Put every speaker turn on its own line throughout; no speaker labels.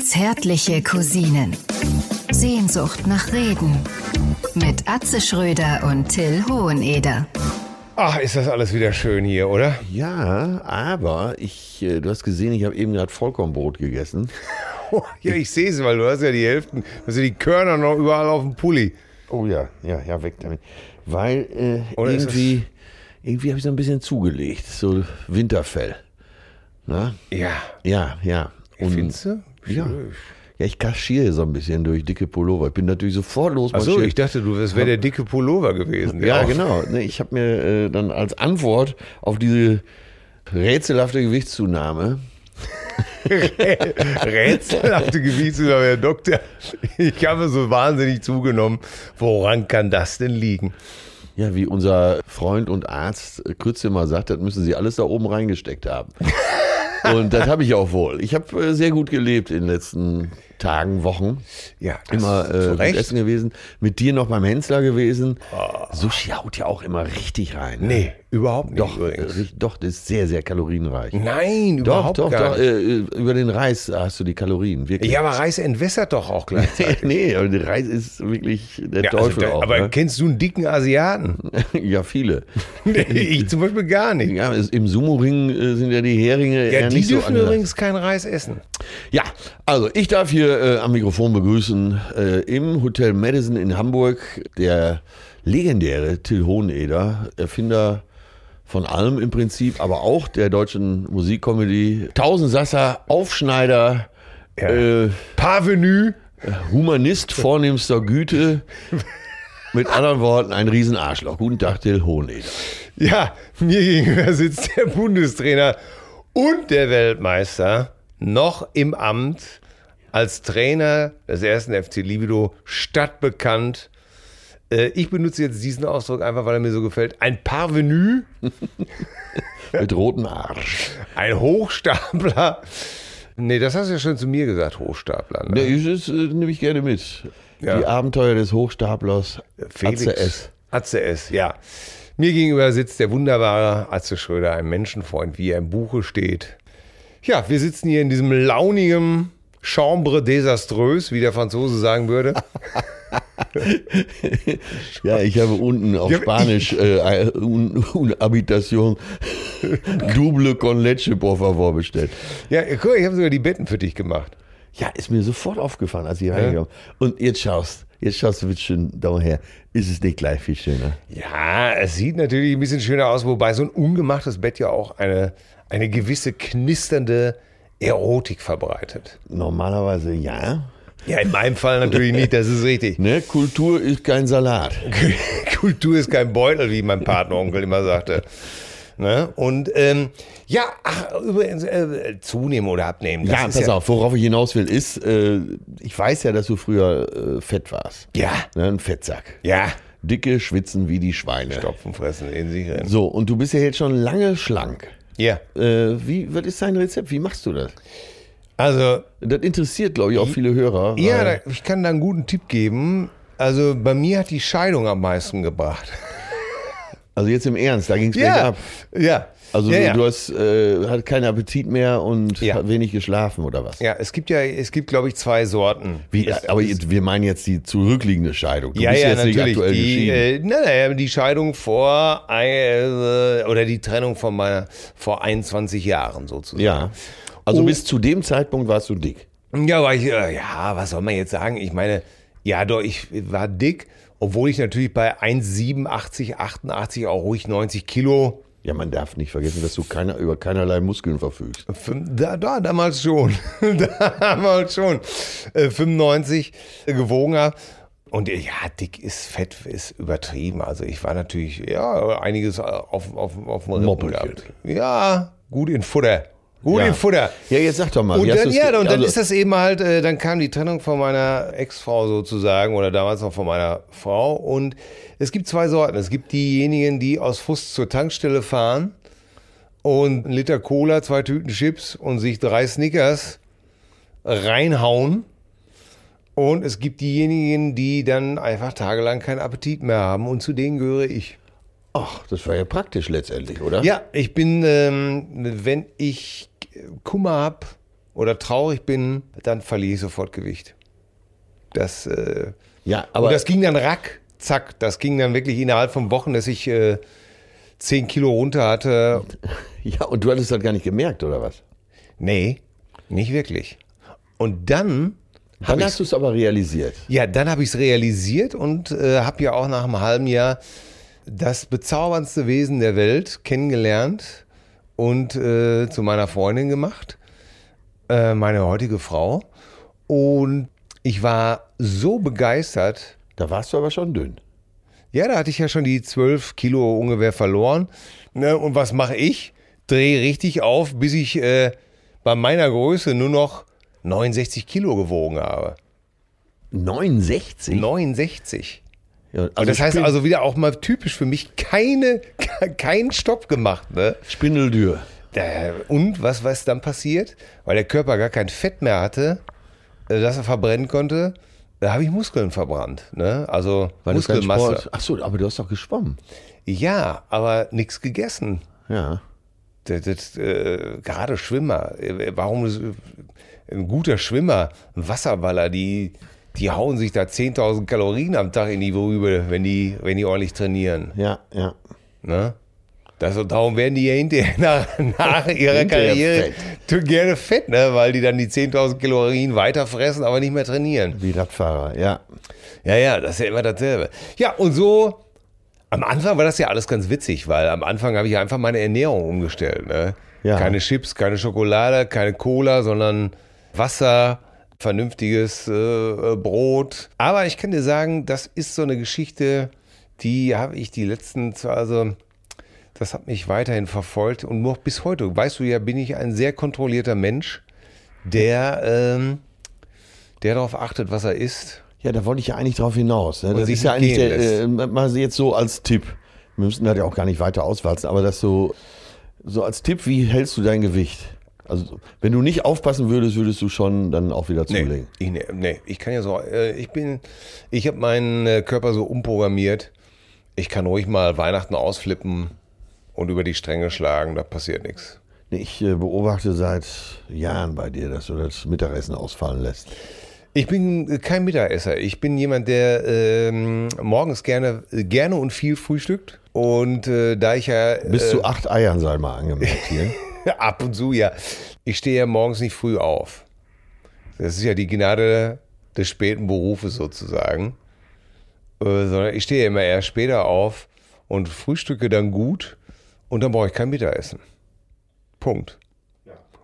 Zärtliche Cousinen. Sehnsucht nach Reden. Mit Atze Schröder und Till Hoheneder.
Ach, ist das alles wieder schön hier, oder?
Ja, aber ich, äh, du hast gesehen, ich habe eben gerade Vollkornbrot gegessen.
ja, ich sehe es, weil du hast ja die Hälften, also die Körner noch überall auf dem Pulli.
Oh ja, ja, ja, weg damit. Weil äh,
Oder ist
irgendwie, irgendwie habe ich so ein bisschen zugelegt, so Winterfell. Na?
Ja.
Ja, ja. Und-
Findest du?
Ja. ja, ich kaschiere so ein bisschen durch dicke Pullover. Ich bin natürlich sofort losmarschiert.
Achso, Also, ich dachte, du, das wäre der dicke Pullover gewesen.
Ja,
der auch-
genau. Ne, Ich habe mir äh, dann als Antwort auf diese rätselhafte Gewichtszunahme
Rätselhafte Gewiese, aber Herr Doktor, ich habe so wahnsinnig zugenommen. Woran kann das denn liegen?
Ja, wie unser Freund und Arzt äh, Krütz immer sagt, das müssen sie alles da oben reingesteckt haben. und das habe ich auch wohl. Ich habe äh, sehr gut gelebt in den letzten Tagen, Wochen.
Ja, das
Immer
zu
äh, gut
Recht.
essen gewesen. Mit dir noch beim Hensler gewesen. Sushi haut ja auch immer richtig rein.
Ah.
ne?
Nee, überhaupt nicht.
Doch, äh,
übrigens.
richt- doch, das ist sehr, sehr kalorienreich.
Nein,
doch,
überhaupt
doch,
gar
doch.
nicht.
Äh, äh, über den Reis hast du die Kalorien. Wirklich.
Ja, aber Reis entwässert doch auch gleich.
nee, aber der Reis ist wirklich der
Ja, also
Teufel
der-
auch.
aber
ne?
kennst du einen dicken Asiaten?
ja, viele.
Nee, ich zum Beispiel gar nicht.
Ja, es- im Sumo-Ring äh, sind ja die Heringe
Ja,
eher
die
nicht so
dürfen
angesagt.
übrigens keinen Reis essen.
Ja, also ich darf hier äh, am Mikrofon begrüßen äh, im Hotel Madison in Hamburg der legendäre Till Hoheneder, Erfinder von allem im Prinzip, aber auch der deutschen Musikkomödie, Tausendsasser, Aufschneider,
Ja.
äh,
Parvenu.
Humanist vornehmster Güte. Mit anderen Worten, ein Riesenarschloch. Guten Tag, Till Hoheneder.
Ja, mir gegenüber sitzt der Bundestrainer und der Weltmeister noch im Amt als Trainer des ersten FC Libido stadtbekannt. Äh, Ich benutze jetzt diesen Ausdruck einfach, weil er mir so gefällt. Ein Parvenu,
Mit rotem Arsch.
ein Hochstapler. Nee, das hast du ja schon zu mir gesagt, Hochstapler.
Ja,
Ne?
ich- Das äh, nehme ich gerne mit.
Ja.
Die Abenteuer des Hochstaplers Felix. ACS.
Atze S, ja. Mir gegenüber sitzt der wunderbare Atze Schröder, ein Menschenfreund, wie er im Buche steht. Ja, wir sitzen hier in diesem launigen Chambre désastreuse, wie der Franzose sagen würde.
Ja, ich habe unten auf
Ja,
Spanisch äh, äh, un, un Habitation Double con leche, por favor, bestellt.
Ja, guck, mal, ich habe sogar die Betten für dich gemacht.
Ja, ist mir sofort aufgefallen, als ich reingekommen bin. Und jetzt schaust, jetzt schaust du schön daher. Ist es nicht gleich viel schöner?
Ja, es sieht natürlich ein bisschen schöner aus, wobei so ein ungemachtes Bett ja auch eine, eine gewisse knisternde Erotik verbreitet.
Normalerweise ja.
Ja, in meinem Fall natürlich nicht, das ist richtig.
Ne? Kultur ist kein Salat.
Kultur ist kein Beutel, wie mein Partneronkel immer sagte. Ne? Und ähm, ja, ach, übrigens, äh, zunehmen oder abnehmen. das
ja,
ist
pass auf, worauf ich hinaus will, ist, äh, ich weiß ja, dass du früher äh, fett warst.
Ja.
Ne? Ein Fettsack.
Ja,
Dicke schwitzen wie die Schweine.
Stopfen fressen, in sich rennen.
So, und du bist ja jetzt schon lange schlank.
Ja,
Äh, wie, was ist dein Rezept? Wie machst du das?
also,
Das interessiert, glaube ich, auch viele Hörer.
ja,
weil-
da, ich kann da einen guten Tipp geben. Also, bei mir hat die Scheidung am meisten gebracht.
also jetzt im Ernst, da ging es
Ja,
ab.
ja.
Also
ja,
du,
ja.
du hast äh, hat keinen Appetit mehr und
Ja.
hat wenig geschlafen oder was?
ja, es gibt ja, es gibt, glaube ich, zwei Sorten.
Wie, aber jetzt, wir meinen jetzt die zurückliegende Scheidung. Du
ja,
bist
ja,
jetzt
natürlich.
nicht aktuell
die,
geschieden.
äh, nein, nein, die Scheidung vor äh, oder die Trennung von meiner vor 21 Jahren sozusagen.
ja. Also
Oh.
bis zu dem Zeitpunkt warst du dick.
Ja, aber ich, äh, ja, was soll man jetzt sagen? Ich meine, ja, doch, ich war dick, obwohl ich natürlich bei 1,87, 88 auch ruhig 90 Kilo.
Ja, man darf nicht vergessen, dass du keiner, über keinerlei Muskeln verfügst.
fün- Da, da, damals schon. damals schon. Äh, 95 gewogen habe. Und äh, ja, dick ist fett, ist übertrieben. Also ich war natürlich, ja, einiges äh, auf, auf, auf dem Rippen
Moppelchen.
gehabt. Ja, gut in Futter. Gut
ja.
in Futter.
Ja, jetzt sag doch mal.
Und
wie hast
dann,
du's
ja,
ge-
und dann
also-
ist das eben halt, äh, dann kam die Trennung von meiner Ex-Frau sozusagen oder damals noch von meiner Frau. Und es gibt zwei Sorten. Es gibt diejenigen, die aus Frust zur Tankstelle fahren und einen Liter Cola, zwei Tüten Chips und sich drei Snickers reinhauen. Und es gibt diejenigen, die dann einfach tagelang keinen Appetit mehr haben. Und zu denen gehöre ich.
Ach, das war ja praktisch letztendlich, oder?
Ja, ich bin, ähm, wenn ich Kummer hab oder traurig bin, dann verliere ich sofort Gewicht. Das, äh,
Ja,
aber
aber
und das ging dann rack, zack. Das ging dann wirklich innerhalb von Wochen, dass ich äh, 10 Kilo runter hatte.
ja, und du hattest das gar nicht gemerkt, oder was?
Nee, nicht wirklich. Und dann
Dann hast du es aber realisiert.
Ja, dann habe ich es realisiert und äh, habe ja auch nach einem halben Jahr das bezauberndste Wesen der Welt kennengelernt und äh, zu meiner Freundin gemacht, äh, meine heutige Frau. Und ich war so begeistert.
Da warst du aber schon dünn.
Ja, da hatte ich ja schon die 12 Kilo ungefähr verloren. Ne, und was mache ich? Drehe richtig auf, bis ich äh, bei meiner Größe nur noch 69 Kilo gewogen habe.
69?
69.
Ja, also
Und das heißt
Spin-
also wieder auch mal typisch für mich keine, keinen Stopp gemacht. Ne?
Spindeldür.
Da- Und was, was dann passiert? Weil der Körper gar kein Fett mehr hatte, äh, das er verbrennen konnte, da habe ich Muskeln verbrannt. Ne? Also
Weil du keinen
Muskelmasse.
Sport- Ach so, aber du hast doch geschwommen.
Ja, aber nichts gegessen.
Ja.
Das, das, äh, gerade Schwimmer, äh, warum ist, äh, ein guter Schwimmer, ein Wasserballer, die, die hauen sich da 10.000 Kalorien am Tag in die Rübe, wenn die, wenn die ordentlich trainieren.
Ja, ja.
Ne? Das, und darum werden die ja hinterher nach, nach ihrer
Hinterher
Karriere
fett.
tun gerne fett, ne? weil die dann die 10.000 Kalorien weiterfressen, aber nicht mehr trainieren.
Wie Radfahrer, ja.
Ja, ja, das ist ja immer dasselbe. Ja, und so, am Anfang war das ja alles ganz witzig, weil am Anfang habe ich einfach meine Ernährung umgestellt. Ne?
Ja.
Keine Chips, keine Schokolade, keine Cola, sondern Wasser, vernünftiges äh, äh, Brot. Aber ich kann dir sagen, das ist so eine Geschichte, die habe ich die letzten, zwei- also das hat mich weiterhin verfolgt und noch bis heute, weißt du ja, bin ich ein sehr kontrollierter Mensch, der, ähm, der darauf achtet, was er isst.
Ja, da wollte ich ja eigentlich drauf hinaus. Ne? Das
sich
ist ja eigentlich
nicht
der, äh,
gehen
mal jetzt so als Tipp. Wir müssen das ja auch gar nicht weiter auswalzen, aber das so, so als Tipp, wie hältst du dein Gewicht? Also, wenn du nicht aufpassen würdest, würdest du schon dann auch wieder
Nee,
zulegen.
ich, nee, nee, ich kann ja so, äh, ich bin, ich habe meinen äh, Körper so umprogrammiert, ich kann ruhig mal Weihnachten ausflippen und über die Stränge schlagen, da passiert nichts.
Nee. Ich äh, beobachte seit Jahren bei dir, dass du das Mittagessen ausfallen lässt.
Ich bin äh, kein Mittagesser. Ich bin jemand, der ähm, morgens gerne, äh, gerne und viel frühstückt. Und äh, da ich ja äh,
Bis zu acht Eiern sei mal angemerkt hier.
Ab und zu, ja. Ich stehe ja morgens nicht früh auf. Das ist ja die Gnade des späten Berufes sozusagen. Äh, sondern ich stehe ja immer eher später auf und frühstücke dann gut und dann brauche ich kein Mittagessen. Punkt.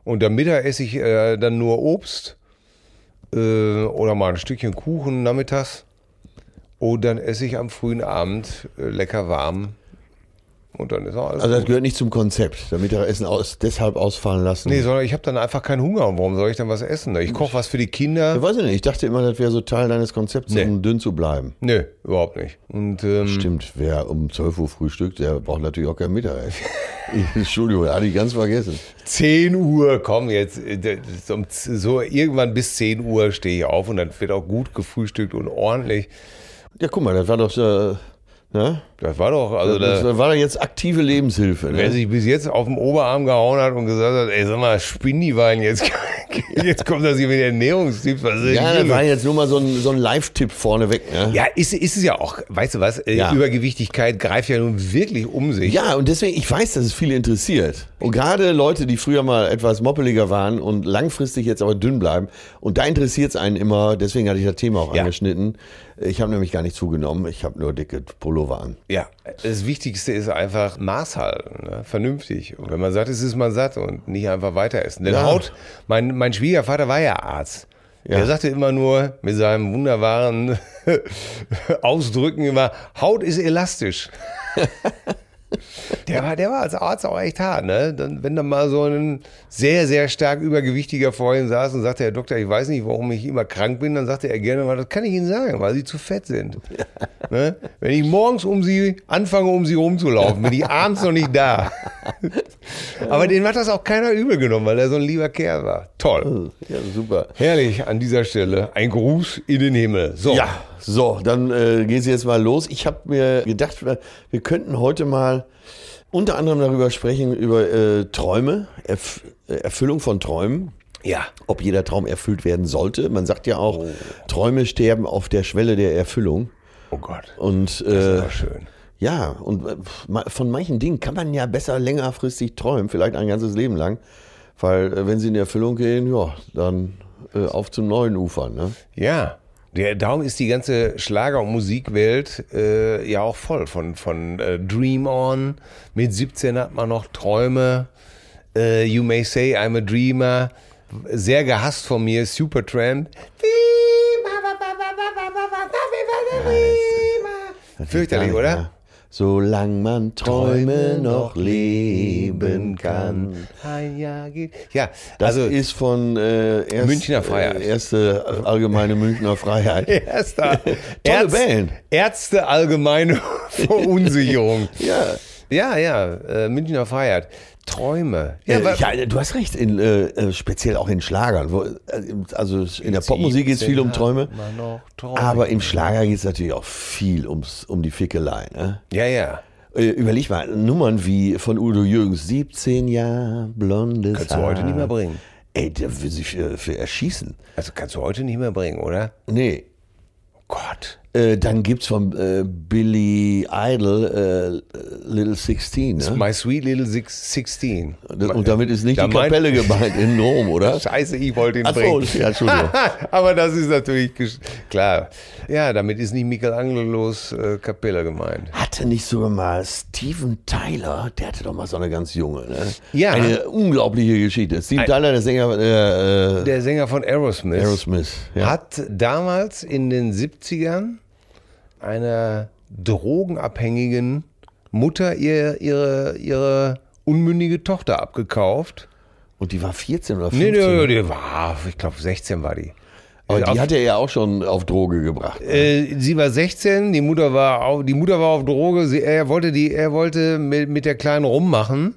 Und am Mittag esse ich äh, dann nur Obst äh, oder mal ein Stückchen Kuchen nachmittags. Und dann esse ich am frühen Abend äh, lecker warm. Und dann ist auch alles
Also,
gut.
das gehört nicht zum Konzept. Das Mittagessen aus, deshalb ausfallen lassen.
Nee, sondern ich habe dann einfach keinen Hunger. Und warum soll ich dann was essen? Ich koche was für die
ich
Kinder.
weiß nicht, ich dachte immer, das wäre so Teil deines Konzepts,
Nee.
um dünn zu bleiben.
Nö, überhaupt nicht. Und ähm,
Stimmt, wer um 12 Uhr frühstückt, der braucht natürlich auch kein Mittagessen. Ich- Entschuldigung, hatte ich ganz vergessen.
10 Uhr, komm jetzt, äh, d- so, um z- so irgendwann bis 10 Uhr stehe ich auf und dann wird auch gut gefrühstückt und ordentlich.
Ja, guck mal, das war doch, äh, ne?
Das war doch, also
das
da,
war doch jetzt aktive Lebenshilfe.
wer
Ne?
sich bis jetzt auf den Oberarm gehauen hat und gesagt hat, ey, sag mal, spinn die Wein jetzt. Jetzt kommt das hier mit Ernährungstipps. Was ist
Ja,
denn
das
hier
war
los?
jetzt nur mal so ein, so ein Live-Tipp vorneweg. Ne?
ja ist, ist es ja auch, weißt du was, äh,
Ja.
Übergewichtigkeit greift ja nun wirklich um sich.
Ja, und deswegen, ich weiß, dass es viele interessiert. Und gerade Leute, die früher mal etwas moppeliger waren und langfristig jetzt aber dünn bleiben. Und da interessiert es einen immer, deswegen hatte ich das Thema auch
Ja.
angeschnitten. Ich habe nämlich gar nicht zugenommen, ich habe nur dicke Pullover an.
Ja, das Wichtigste ist einfach Maß halten, ne? vernünftig. Und wenn man satt ist, ist man satt und nicht einfach weiter essen. Denn
Ja.
Haut, mein, mein Schwiegervater war ja Arzt. Er sagte immer nur mit seinem wunderbaren Ausdrücken immer, Haut ist elastisch. der, war, der war als Arzt auch echt hart. Ne? Dann, wenn dann mal so ein sehr, sehr stark übergewichtiger vor ihm saß und sagte, Herr Doktor, ich weiß nicht, warum ich immer krank bin, dann sagte er gerne mal, das kann ich Ihnen sagen, weil Sie zu fett sind. Ne? Wenn ich morgens um sie anfange, um sie rumzulaufen, bin ich abends noch nicht da. Aber den hat das auch keiner übel genommen, weil er so ein lieber Kerl war. Toll.
Ja, super.
Herrlich an dieser Stelle. Ein Gruß in den Himmel. So.
Ja, so, dann äh, gehen Sie jetzt mal los. Ich habe mir gedacht, wir, wir könnten heute mal unter anderem darüber sprechen, über äh, Träume, Erf Erfüllung von Träumen.
Ja.
ob jeder Traum erfüllt werden sollte. Man sagt ja auch, Träume sterben auf der Schwelle der Erfüllung.
Oh Gott.
Und
Das
äh,
war schön.
ja, und äh, ma- von manchen Dingen kann man ja besser längerfristig träumen, vielleicht ein ganzes Leben lang. Weil äh, wenn sie in Erfüllung gehen, ja, dann äh, auf zum neuen Ufer. Ne?
Ja. Der, darum ist die ganze Schlager- und Musikwelt äh, ja auch voll. Von, von äh, Dream On, mit 17 hat man noch Träume, äh, You May Say I'm a Dreamer, sehr gehasst von mir, Supertramp. Fürchterlich,
Ja.
oder?
Solange man Träume noch leben kann.
Ein Jahr geht. Ja,
Das
also
ist von äh, erst,
Münchner Freiheit.
Äh, erste allgemeine Münchner Freiheit.
erster.
Tolle Band.
Ärzte allgemeine Verunsicherung.
Ja.
Ja, ja, äh, Münchner Feiert. Träume. Ja,
Äh,
weil-
ja, du hast recht, in, äh, äh, speziell auch in Schlagern. Wo, äh, also in der Popmusik geht es viel um Träume,
Immer noch Träume.
aber im Schlager geht es natürlich auch viel ums, um die Fickelei. Ne?
ja, ja.
Äh, überleg mal, Nummern wie von Udo Jürgens, 17 Jahre, blondes
Kannst du heute nicht mehr bringen.
Ey, der will sich äh, für erschießen.
Also kannst du heute nicht mehr bringen, oder?
Nee,
Oh Gott.
äh, dann gibt's von äh, Billy Idol äh, Little 16. Ne?
My Sweet Little Six, 16.
Und damit ist nicht
Da
die
mein-
Kapelle gemeint in Rom, oder?
Scheiße, ich wollte ihn
Ach so,
bringen.
ja, Entschuldigung.
Aber das ist natürlich gesch- klar. Ja, damit ist nicht Michelangelos äh, Kapelle gemeint.
Hatte nicht sogar mal Steven Tyler, der hatte doch mal so eine ganz junge, ne?
Ja.
Eine unglaubliche Geschichte. Steven Tyler, der Sänger äh, äh,
Der Sänger von Aerosmith,
Aerosmith. Ja.
hat damals in den 70ern einer drogenabhängigen Mutter ihr, ihre, ihre unmündige Tochter abgekauft.
Und die war 14 oder
Nee,
15.
nee, nee, die war, ich glaube, 16 war die. Äh,
Aber
Auf-
die hat er ja auch schon auf Droge gebracht.
Äh, sie war 16, die Mutter war auf, die Mutter war auf Droge, sie, er wollte, die, er wollte mit, mit der Kleinen rummachen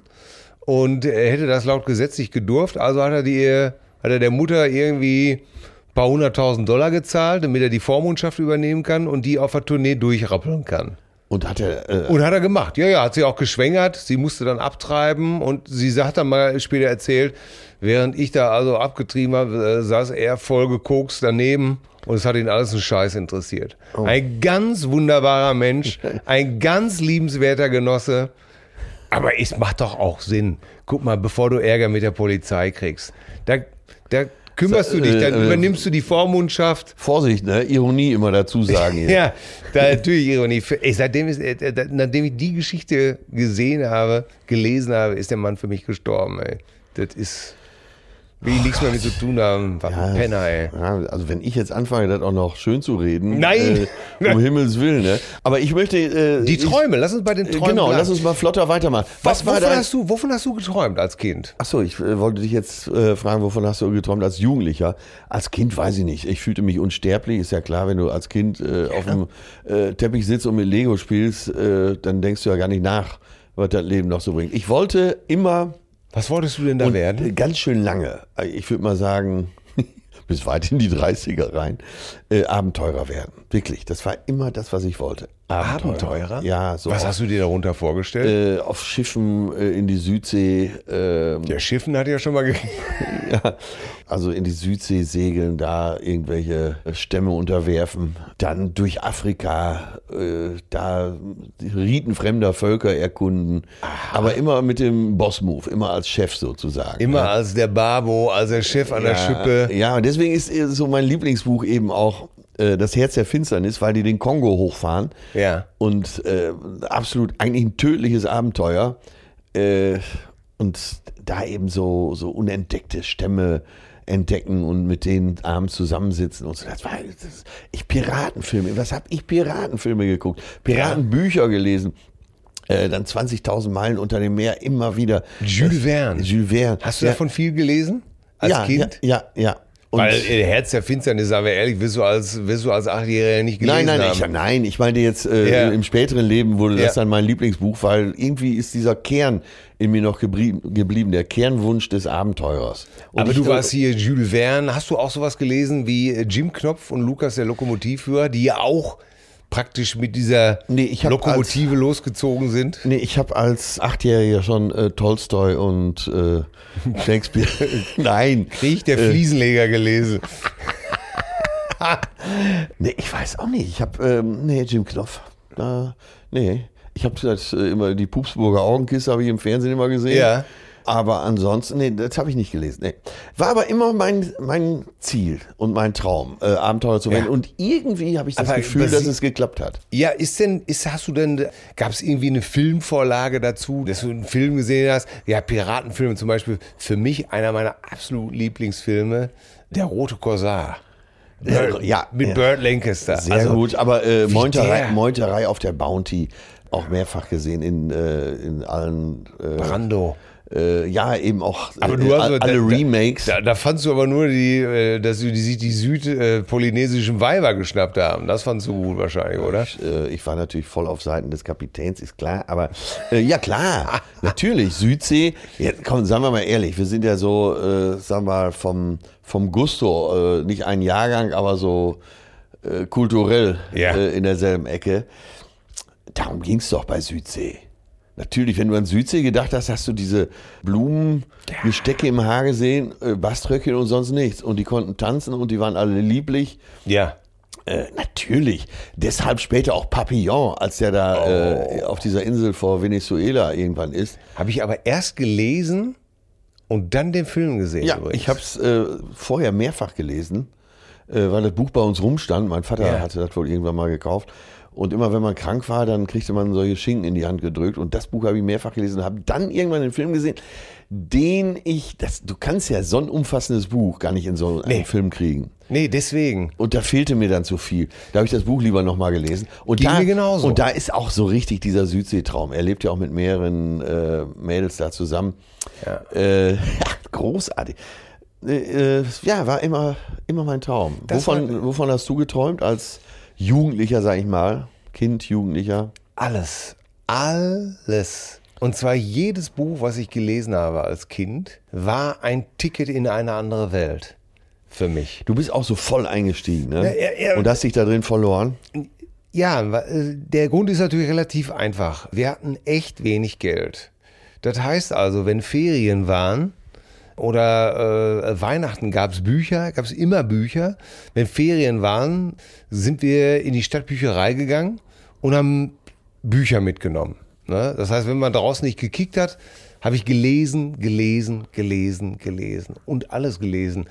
und er hätte das laut Gesetz nicht gedurft, also hat er, die, ihr- hat er der Mutter irgendwie ein paar hunderttausend Dollar gezahlt, damit er die Vormundschaft übernehmen kann und die auf der Tournee durchrappeln kann.
Und hat er. Äh,
Und hat er gemacht. Ja, ja, hat sie auch geschwängert. Sie musste dann abtreiben und sie sagt dann mal später erzählt, während ich da also abgetrieben habe, äh, saß er vollgekokst daneben und es hat ihn alles einen Scheiß interessiert.
Oh.
Ein ganz wunderbarer Mensch, ein ganz liebenswerter Genosse. Aber es macht doch auch Sinn. Guck mal, bevor du Ärger mit der Polizei kriegst, da, da kümmerst du dich, dann
Äh, äh,
übernimmst du die Vormundschaft
Vorsicht, ne? Ironie immer dazu sagen hier.
ja, da natürlich Ironie. Ey, seitdem, ist, äh, äh, nachdem ich die Geschichte gesehen habe, gelesen habe, ist der Mann für mich gestorben, ey. Das ist. Will ich nichts mehr mit zu tun haben. Was ein Penner, ey.
Ah, Ja, also wenn ich jetzt anfange, das auch noch schön zu reden.
Nein!
Äh, um Himmels Willen, ne? Aber ich möchte. Äh,
Die Träume, lass uns bei den
Ich, äh,
Träumen.
genau,
bleiben.
lass uns mal flotter weitermachen.
Was
war
wovon,
dein-
hast du, wovon hast du geträumt als Kind?
Achso, ich äh, wollte dich jetzt äh, fragen, wovon hast du geträumt als Jugendlicher? Als Kind weiß ich nicht. Ich fühlte mich unsterblich. Ist ja klar, wenn du als Kind äh, auf dem äh, Teppich sitzt und mit Lego spielst, äh, dann denkst du ja gar nicht nach, was das Leben noch so bringt. Ich wollte immer
Was wolltest du denn da
und,
werden?
äh, ganz schön lange, äh, ich würde mal sagen, bis weit in die 30er rein, äh, Abenteurer werden. Wirklich, das war immer das, was ich wollte. Ja, so
äh, Was
auf,
hast du dir darunter vorgestellt?
äh, auf Schiffen äh, in die Südsee. ähm,
Der Schiffen hat ja schon mal. ge-
Also in die Südsee segeln, da irgendwelche Stämme unterwerfen, dann durch Afrika, äh, da die Riten fremder Völker erkunden, aber immer mit dem Boss-Move, immer als Chef sozusagen.
Immer
ja.
als der Babo, als der Chef an der Schippe.
Ja, und deswegen ist äh, so mein Lieblingsbuch eben auch äh, Das Herz der Finsternis, weil die den Kongo hochfahren
Ja.
und äh, absolut eigentlich ein tödliches Abenteuer. Äh, und da eben so, so unentdeckte Stämme entdecken und mit denen abends zusammensitzen und so. Das war das, ich Piratenfilme. Was habe ich Piratenfilme geguckt? Piratenbücher gelesen. Äh, dann 20.000 Meilen unter dem Meer immer wieder.
Jules Verne.
Jules Verne.
Hast du
ja,
davon viel gelesen? Als
ja,
Kind?
Ja, ja. ja. Und-
Weil äh, Herz der Finsternis, sagen wir ehrlich, wirst du als, wirst du als Achtjähriger nicht gelesen
Nein, nein,
haben.
ich, nein, ich meine jetzt äh,
Ja.
im späteren Leben wurde das
Ja.
dann mein Lieblingsbuch, weil irgendwie ist dieser Kern in mir noch geblieben, geblieben der Kernwunsch des Abeteurers. Und
aber
ich-
du warst hier Jules Verne. Hast du auch sowas gelesen wie äh, Jim Knopf und Lukas der Lokomotivführer, die ja auch praktisch mit dieser
Nee, ich hab
Lokomotive losgezogen sind.
Nee, ich habe als Achtjähriger schon äh, Tolstoi und äh, Shakespeare. Nein.
Krieg der
äh.
Fliesenleger gelesen.
Nee, ich weiß auch nicht. Ich habe, ähm, nee, Jim Knopf. Da, nee, ich habe das äh, immer, die Pupsburger Augenkiste habe ich im Fernsehen immer gesehen.
Ja.
Aber ansonsten, nee, das habe ich nicht gelesen. Nee. War aber immer mein, mein Ziel und mein Traum, äh, Abenteuer zu werden.
Ja.
Und irgendwie habe ich das
Aber
Gefühl,
über
dass
sie-
es geklappt hat.
Ja, ist denn, ist, hast du denn, gab es irgendwie eine Filmvorlage dazu, dass du einen Film gesehen hast? Ja, Piratenfilme zum Beispiel, für mich einer meiner absoluten Lieblingsfilme, Der Rote Korsar. Bird-
ja,
Mit
ja.
Burt Lancaster.
Sehr
Also,
gut, aber äh,
wie
Meuterei,
der-
Meuterei auf der Bounty, auch mehrfach gesehen in, äh, in allen. Äh,
Brando.
äh, ja, eben auch
Aber
äh,
du hast
alle
da- da-
Remakes.
Da, da fandst du aber nur, die, äh, dass du die, die südpolynesischen Weiber geschnappt haben. Das fandst du gut wahrscheinlich, oder?
Ich, äh, ich war natürlich voll auf Seiten des Kapitäns, ist klar. Aber äh, ja, klar, natürlich, Südsee. Jetzt, komm, sagen wir mal ehrlich, wir sind ja so, äh, sagen wir mal, vom, vom Gusto, äh, nicht ein Jahrgang, aber so äh, kulturell
Ja.
äh, in derselben Ecke. Darum ging es doch bei Südsee. Natürlich, wenn du an Südsee gedacht hast, hast du diese Blumengestecke im Haar gesehen, äh, Baströckchen und sonst nichts. Und die konnten tanzen und die waren alle lieblich.
Ja.
Äh, natürlich. Deshalb später auch Papillon, als der da äh, auf dieser Insel vor Venezuela irgendwann ist.
Habe ich aber erst gelesen und dann den Film gesehen.
Ja,
übrigens.
ich habe es äh, vorher mehrfach gelesen, äh, weil das Buch bei uns rumstand. Mein Vater
Ja.
hatte das wohl irgendwann mal gekauft. Und immer wenn man krank war, dann kriegte man solche Schinken in die Hand gedrückt. Und das Buch habe ich mehrfach gelesen, habe dann irgendwann den Film gesehen, den ich, das, du kannst ja so ein umfassendes Buch gar nicht in so einen
Nee.
Film kriegen.
Nee, deswegen.
Und da fehlte mir dann zu viel. Da habe ich das Buch lieber nochmal gelesen. Und
Ging
da,
mir genauso.
und da ist auch so richtig dieser Südseetraum. Er lebt ja auch mit mehreren äh, Mädels da zusammen.
Ja.
Äh, ja, großartig. Äh, äh, ja, war immer, immer mein Traum.
Das
Wovon, wovon hast du geträumt als Jugendlicher, sag ich mal? Kind, Jugendlicher?
Alles. Alles. Und zwar jedes Buch, was ich gelesen habe als Kind, war ein Ticket in eine andere Welt. Für mich.
Du bist auch so voll eingestiegen, ne?
Ja, ja, ja.
Und hast dich da drin verloren.
Ja, wa- äh, der Grund ist natürlich relativ einfach. Wir hatten echt wenig Geld. Das heißt also, wenn Ferien waren oder äh, Weihnachten gab es Bücher, gab es immer Bücher. Wenn Ferien waren, sind wir in die Stadtbücherei gegangen und haben Bücher mitgenommen. Ne? Das heißt, wenn man draußen nicht gekickt hat, habe ich gelesen, gelesen, gelesen, gelesen und alles gelesen.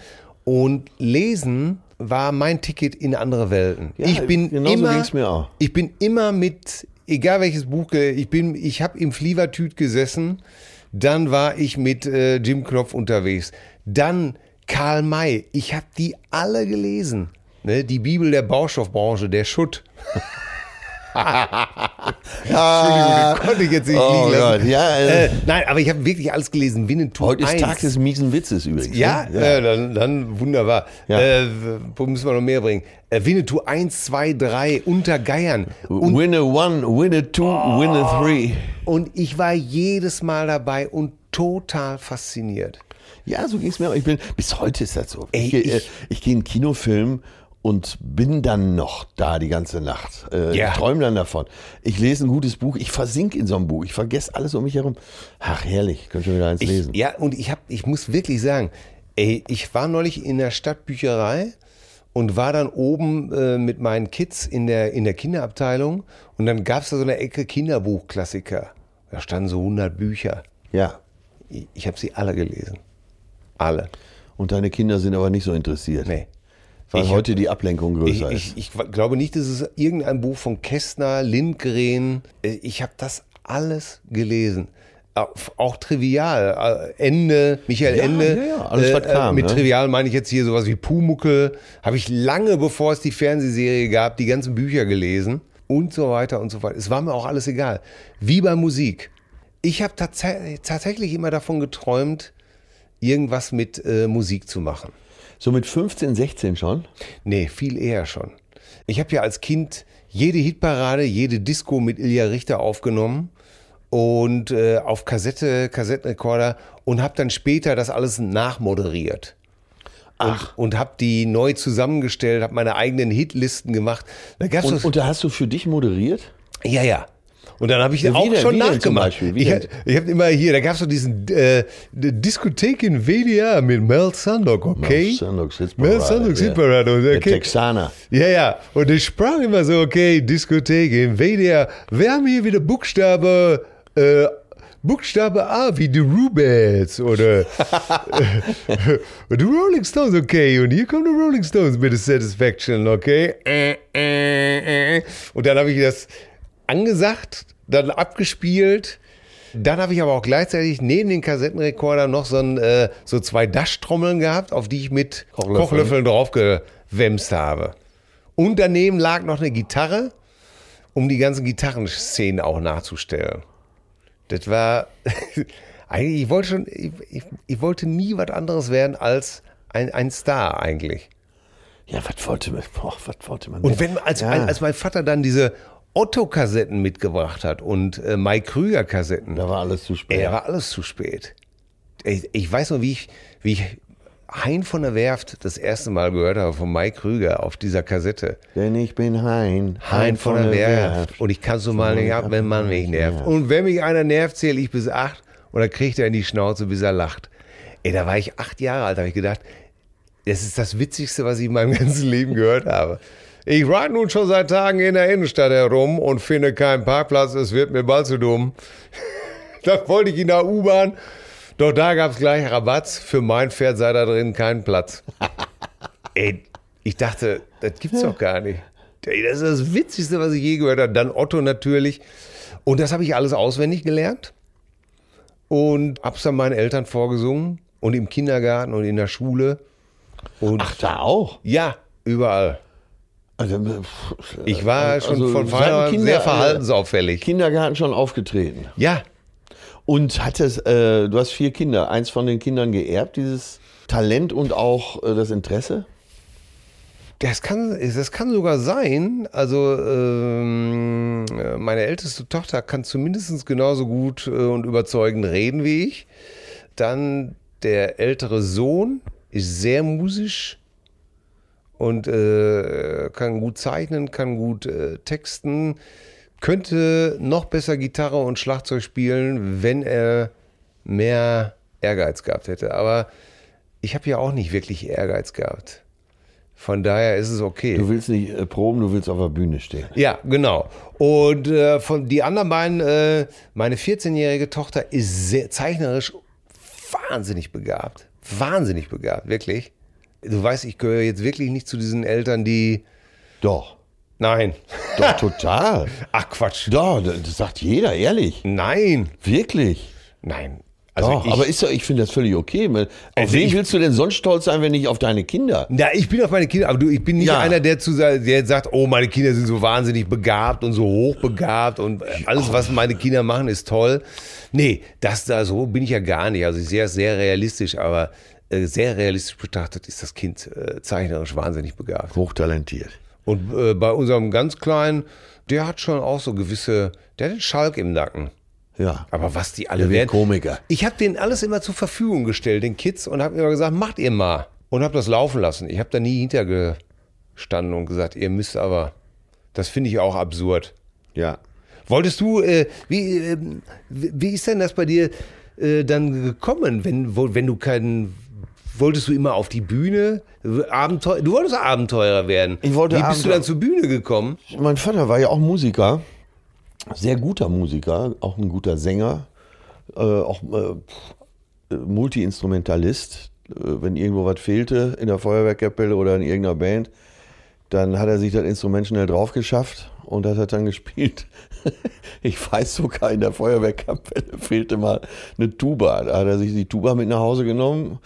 Und lesen war mein Ticket in andere Welten.
Ja,
ich bin
genauso
immer,
ging's mir auch.
ich bin immer mit, egal welches Buch, ge- ich bin, ich habe im Flievertüt gesessen, dann war ich mit äh, Jim Knopf unterwegs, dann Karl May, ich habe die alle gelesen. Ne, die Bibel der Baustoffbranche, der Schutt. Entschuldigung, den konnte ich jetzt nicht
Oh
liegen lassen.
Gott, ja, äh.
äh, nein, aber ich habe wirklich alles gelesen. Winnetou
Heute ist
1.
Tag des miesen Witzes übrigens.
Ja,
ne?
Äh, dann, dann wunderbar.
Ja.
Äh, wo müssen wir noch mehr bringen? Äh, Winnetou 1, 2, 3, Untergeiern. Und,
win a one, win a two,
Oh.
win a three.
und ich war jedes Mal dabei und total fasziniert.
Ja, so ging es mir. auch. Ich bin, bis heute ist das so.
Ey,
ich, gehe,
ich-
äh, ich gehe in einen Kinofilm und bin dann noch da die ganze Nacht. Äh,
Ja.
Ich träume dann davon. Ich lese ein gutes Buch. Ich versinke in so einem Buch. Ich vergesse alles um mich herum. Ach, herrlich. Ich könnte schon wieder eins lesen.
Ich, ja, und ich hab, ich muss wirklich sagen, ey, ich war neulich in der Stadtbücherei und war dann oben äh, mit meinen Kids in der, in der Kinderabteilung und dann gab's da so eine Ecke Kinderbuchklassiker. Da standen so 100 Bücher.
ja.
Ich, ich habe sie alle gelesen. Alle.
Und deine Kinder sind aber nicht so interessiert.
Nee.
Weil
Ich-
heute die Ablenkung
Ich,
größer ist.
ich, ich glaube nicht, dass es irgendein Buch von Kästner, Lindgren, äh, ich habe das alles gelesen. Auch, auch trivial. Äh, Ende, Michael
Ja,
Ende. äh,
ja, ja, alles, was kam,
mit
ne?
trivial meine ich jetzt hier sowas wie Pumuckel. Habe ich lange, bevor es die Fernsehserie gab, die ganzen Bücher gelesen und so weiter und so fort. Es war mir auch alles egal. Wie bei Musik. Ich habe tats- tatsächlich immer davon geträumt, irgendwas mit äh, Musik zu machen.
So mit 15, 16 schon.
Nee, viel eher schon. Ich habe ja als Kind jede Hitparade, jede Disco mit Ilja Richter aufgenommen und äh, auf Kassette, Kassettenrekorder und habe dann später das alles nachmoderiert. und, und habe die neu zusammengestellt, habe meine eigenen Hitlisten gemacht. Da gab's
Und,
das-
und da hast du für dich moderiert?
ja, ja. Und dann habe ich
Ja, wie
auch
denn?
schon
Wie denn zum
nachgemacht.
Beispiel? Wie
ich
denn?
habe hab immer hier, da gab es so diesen äh, Diskothek in WDR mit Mel Sandok, okay?
Mel Sandok sitzt
Mel
bereit,
Sandok
ja.
sitzt bereit. Und,
Der
okay.
Texaner.
Ja, ja. Und ich sprang immer so, okay, Diskothek in WDR. Wir haben hier wieder Buchstabe, äh, Buchstabe A wie die Rubets oder äh, die Rolling Stones, okay. Und hier kommen die Rolling Stones mit der Satisfaction, okay. Äh, äh, äh. Und dann habe ich das angesagt, dann abgespielt. Dann habe ich aber auch gleichzeitig neben den Kassettenrekorder noch so, ein, äh, so zwei Daschtrommeln gehabt, auf die ich mit
Kochlöffeln.
Kochlöffeln draufgewämst habe. Und daneben lag noch eine Gitarre, um die ganzen Gitarrenszenen auch nachzustellen. Das war eigentlich, ich wollte schon, ich, ich, ich wollte nie was anderes werden als ein, ein Star eigentlich.
Ja, was wollte man? Boah, was wollte man?
Und
denn?
wenn, als,
Oh, ja.
als mein Vater dann diese Otto-Kassetten mitgebracht hat und äh, Mai Krüger-Kassetten,
da war alles zu spät.
Ey, da war alles zu spät. Ich, ich weiß noch, wie ich, wie ich Hein von der Werft das erste Mal gehört habe von Mike Krüger auf dieser Kassette.
Denn ich bin Hein.
Hein von der Werft. Und ich kann so mal nicht ab, wenn man mich nervt. Und wenn mich einer nervt, zähle ich bis acht und dann kriegt er in die Schnauze, bis er lacht. Ey, da war ich acht Jahre alt, da habe ich gedacht, das ist das Witzigste, was ich in meinem ganzen Leben gehört habe. Ich ride nun schon seit Tagen in der Innenstadt herum und finde keinen Parkplatz, es wird mir bald zu dumm. Da wollte ich in der U-Bahn. Doch da gab es gleich Rabatz. Für mein Pferd sei da drin kein Platz. Ey, ich dachte, das gibt's doch gar nicht. Ey, Das ist das Witzigste, was ich je gehört habe. Dann Otto natürlich. Und das habe ich alles auswendig gelernt. Und hab's dann meinen Eltern vorgesungen. Und im Kindergarten und in der Schule. Und
Ach, da auch?
ja, überall.
Also, pff,
Ich war schon
also
von
seit
vornherein
Kinder-
sehr verhaltensauffällig.
Kindergarten schon aufgetreten.
Ja,
Und hattest, äh, du hast vier Kinder. Eins von den Kindern geerbt, dieses Talent und auch äh, das Interesse?
Das kann, das kann sogar sein. Also ähm, meine älteste Tochter kann zumindest genauso gut äh, und überzeugend reden wie ich. Dann der ältere Sohn ist sehr musisch und äh, kann gut zeichnen, kann gut äh, texten, könnte noch besser Gitarre und Schlagzeug spielen, wenn er mehr Ehrgeiz gehabt hätte. Aber ich habe ja auch nicht wirklich Ehrgeiz gehabt. Von daher ist es okay.
Du willst nicht äh, proben, du willst auf der Bühne stehen.
Ja, genau. Und äh, von die anderen beiden, äh, meine 14-jährige Tochter ist sehr zeichnerisch wahnsinnig begabt. Wahnsinnig begabt, wirklich. Du weißt, ich gehöre jetzt wirklich nicht zu diesen Eltern, die.
Doch.
Nein.
Doch, total.
Ach Quatsch.
Doch, das das sagt jeder, ehrlich.
Nein.
Wirklich.
Nein. Also
Doch,
ich,
aber ist doch, ich finde das völlig okay. weil Auf
Also
wen
ich-
willst du denn sonst stolz sein, wenn nicht auf deine Kinder?
Ja, ich bin auf meine Kinder, aber du, ich bin nicht
Ja.
einer, der, zu, der jetzt sagt, oh, meine Kinder sind so wahnsinnig begabt und so hochbegabt und alles, was meine Kinder machen, ist toll. Nee, das da so bin ich ja gar nicht. Also ich sehe es sehr realistisch, aber äh, sehr realistisch betrachtet ist das Kind äh, zeichnerisch wahnsinnig begabt.
Hochtalentiert.
Und äh, bei unserem ganz Kleinen, der hat schon auch so gewisse, der hat den Schalk im Nacken.
Ja.
Aber was die alle
Der wird
werden.
Komiker.
Ich habe denen alles immer zur Verfügung gestellt, den Kids, und habe immer gesagt, macht ihr mal. Und habe das laufen lassen. Ich habe da nie hintergestanden und gesagt, ihr müsst aber. Das finde ich auch absurd.
Ja.
Wolltest du, äh, wie, äh, wie wie ist denn das bei dir äh, dann gekommen, wenn, wo- wenn du keinen. Wolltest du immer auf die Bühne? Abenteuer, du wolltest Abenteurer werden.
Ich wollte
Wie bist du
Abenteuer-
dann zur Bühne gekommen?
Mein Vater war ja auch Musiker, sehr guter Musiker, auch ein guter Sänger, äh, auch äh, pff, äh, Multiinstrumentalist. Äh, wenn irgendwo was fehlte in der Feuerwehrkapelle oder in irgendeiner Band, dann hat er sich das Instrument schnell drauf geschafft und das hat dann gespielt. Ich weiß sogar, in der Feuerwehrkapelle fehlte mal eine Tuba. Da hat er sich die Tuba mit nach Hause genommen,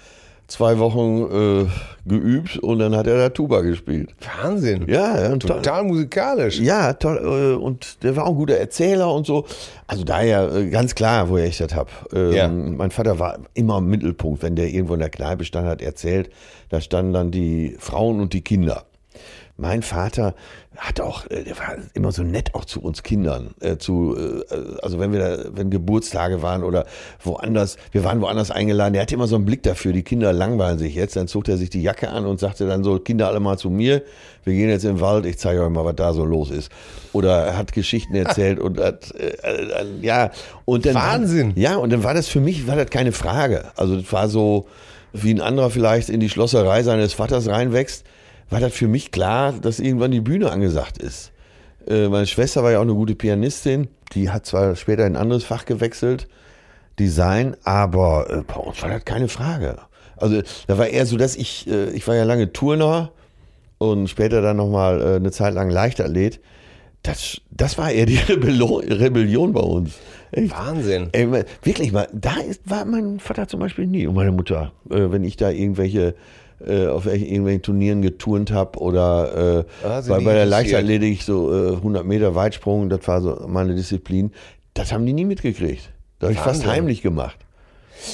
zwei Wochen äh, geübt und dann hat er da Tuba gespielt.
Wahnsinn.
Ja, ja, ein toller-
Total musikalisch.
ja, toll. äh, Und der war auch ein guter Erzähler und so. Also daher äh, ganz klar, woher ich das hab. Ähm,
Ja.
Mein Vater war immer im Mittelpunkt, wenn der irgendwo in der Kneipe stand, hat erzählt, da standen dann die Frauen und die Kinder. mein Vater hat auch, äh, der war immer so nett auch zu uns Kindern, äh, zu, äh, also wenn wir da, wenn Geburtstage waren oder woanders, wir waren woanders eingeladen, der hatte immer so einen Blick dafür, die Kinder langweilen sich jetzt, dann zog er sich die Jacke an und sagte dann so, Kinder alle mal zu mir, wir gehen jetzt in den Wald, ich zeige euch mal, was da so los ist. Oder er hat Geschichten erzählt und hat, äh, äh, ja, und dann.
Wahnsinn.
Ja, und dann war das für mich, war das keine Frage. Also das war so, wie ein anderer vielleicht in die Schlosserei seines Vaters reinwächst, war das für mich klar, dass irgendwann die Bühne angesagt ist. Äh, Meine Schwester war ja auch eine gute Pianistin, die hat zwar später in ein anderes Fach gewechselt, Design, aber äh, bei uns war das keine Frage. Also da war eher so, dass ich, äh, ich war ja lange Turner und später dann nochmal äh, eine Zeit lang Leichtathlet. Das, das war eher die Rebello Rebellion bei uns. Echt.
Wahnsinn.
Ey, mal- wirklich mal, da ist, war mein Vater zum Beispiel nie und meine Mutter, äh, wenn ich da irgendwelche äh, auf welchen- irgendwelchen Turnieren geturnt habe oder äh,
Ah, sind
bei,
die
bei der
interessiert?
Leichtathletik so äh, 100 Meter Weitsprung, das war so meine Disziplin, das haben die nie mitgekriegt. Da habe ich fast
Wahnsinn.
heimlich gemacht.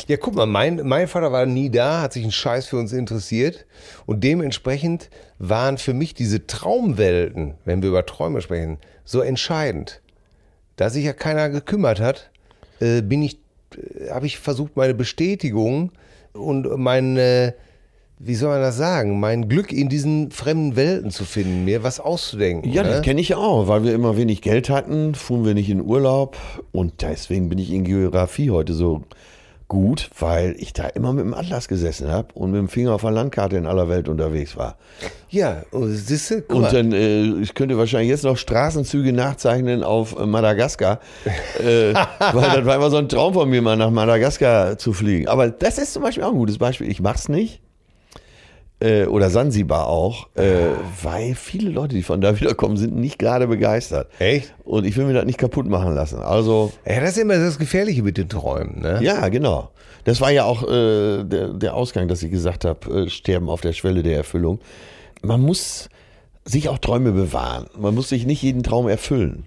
Ja, guck mal, mein, mein Vater war nie da, hat sich einen Scheiß für uns interessiert. Und dementsprechend waren für mich diese Traumwelten, wenn wir über Träume sprechen, so entscheidend. Da sich ja keiner gekümmert hat, äh, bin ich, äh, habe ich versucht, meine Bestätigung und mein, äh, wie soll man das sagen, mein Glück in diesen fremden Welten zu finden, mir was auszudenken.
Ja,
ne?
das kenne ich ja auch, weil wir immer wenig Geld hatten, fuhren wir nicht in Urlaub und deswegen bin ich in Geografie heute so gut, weil ich da immer mit dem Atlas gesessen habe und mit dem Finger auf der Landkarte in aller Welt unterwegs war.
ja und siehste, guck
Und
mal.
dann, äh, ich könnte wahrscheinlich jetzt noch Straßenzüge nachzeichnen auf äh, Madagaskar, äh, weil das war immer so ein Traum von mir, mal nach Madagaskar zu fliegen. Aber das ist zum Beispiel auch ein gutes Beispiel. Ich mach's nicht. Äh, oder Sansibar auch, äh, weil viele Leute, die von da wiederkommen, sind nicht gerade begeistert.
Echt?
Und ich will mir das nicht kaputt machen lassen. Also,
Ja, das ist immer das Gefährliche mit den Träumen, ne?
ja, genau. Das war ja auch äh, der, der Ausgang, dass ich gesagt habe, äh, sterben auf der Schwelle der Erfüllung. Man muss sich auch Träume bewahren. Man muss sich nicht jeden Traum erfüllen.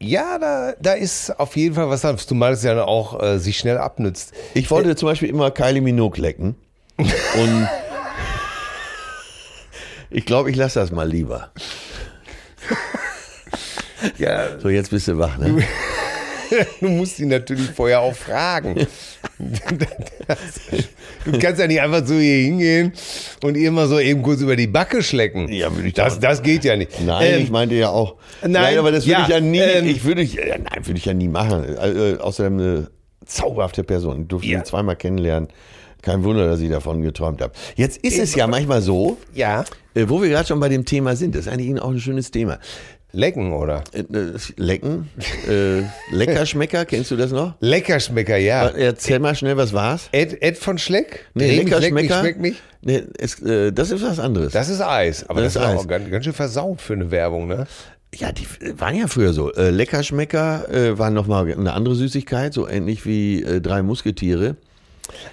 Ja, da, da ist auf jeden Fall was dran, zumal es ja dann auch äh, sich schnell abnützt.
Ich wollte zum Beispiel immer Kylie Minogue lecken. Und ich glaube, ich lasse das mal lieber.
Ja,
So, jetzt bist du wach, ne?
du musst ihn natürlich vorher auch fragen. du kannst ja nicht einfach zu ihr hingehen und ihr immer so eben kurz über die Backe schlecken.
Ja, würde ich
das,
doch-
das geht ja nicht.
Nein,
Ähm,
ich meinte ja auch.
nein,
Nein, aber das würde
ja,
ich ja nie.
ähm,
ich würde ich, ja, nein, würde ich ja nie machen. Äh, äh, außerdem eine zauberhafte Person. Ich durfte
Ja.
sie zweimal kennenlernen. Kein Wunder, dass ich davon geträumt habe. Jetzt ist es ja manchmal so,
ja,
äh, wo wir gerade schon bei dem Thema sind. Das ist eigentlich auch ein schönes Thema.
lecken, oder?
Äh, äh, Lecken, äh, Leckerschmecker, kennst du das noch?
Leckerschmecker, ja.
Erzähl mal schnell, was war's?
Ed, Ed von Schleck?
Äh, Nee,
Dreh mich, leck mich,
Leckerschmecker.
schmeck mich.
Nee, es, äh, das ist was anderes.
Das ist Eis, aber das,
Das ist
ist
Eis.
auch ganz, ganz schön versaut für eine Werbung, ne?
Ja, die waren ja früher so. Äh, Leckerschmecker äh, waren nochmal eine andere Süßigkeit, so ähnlich wie äh, drei Musketiere.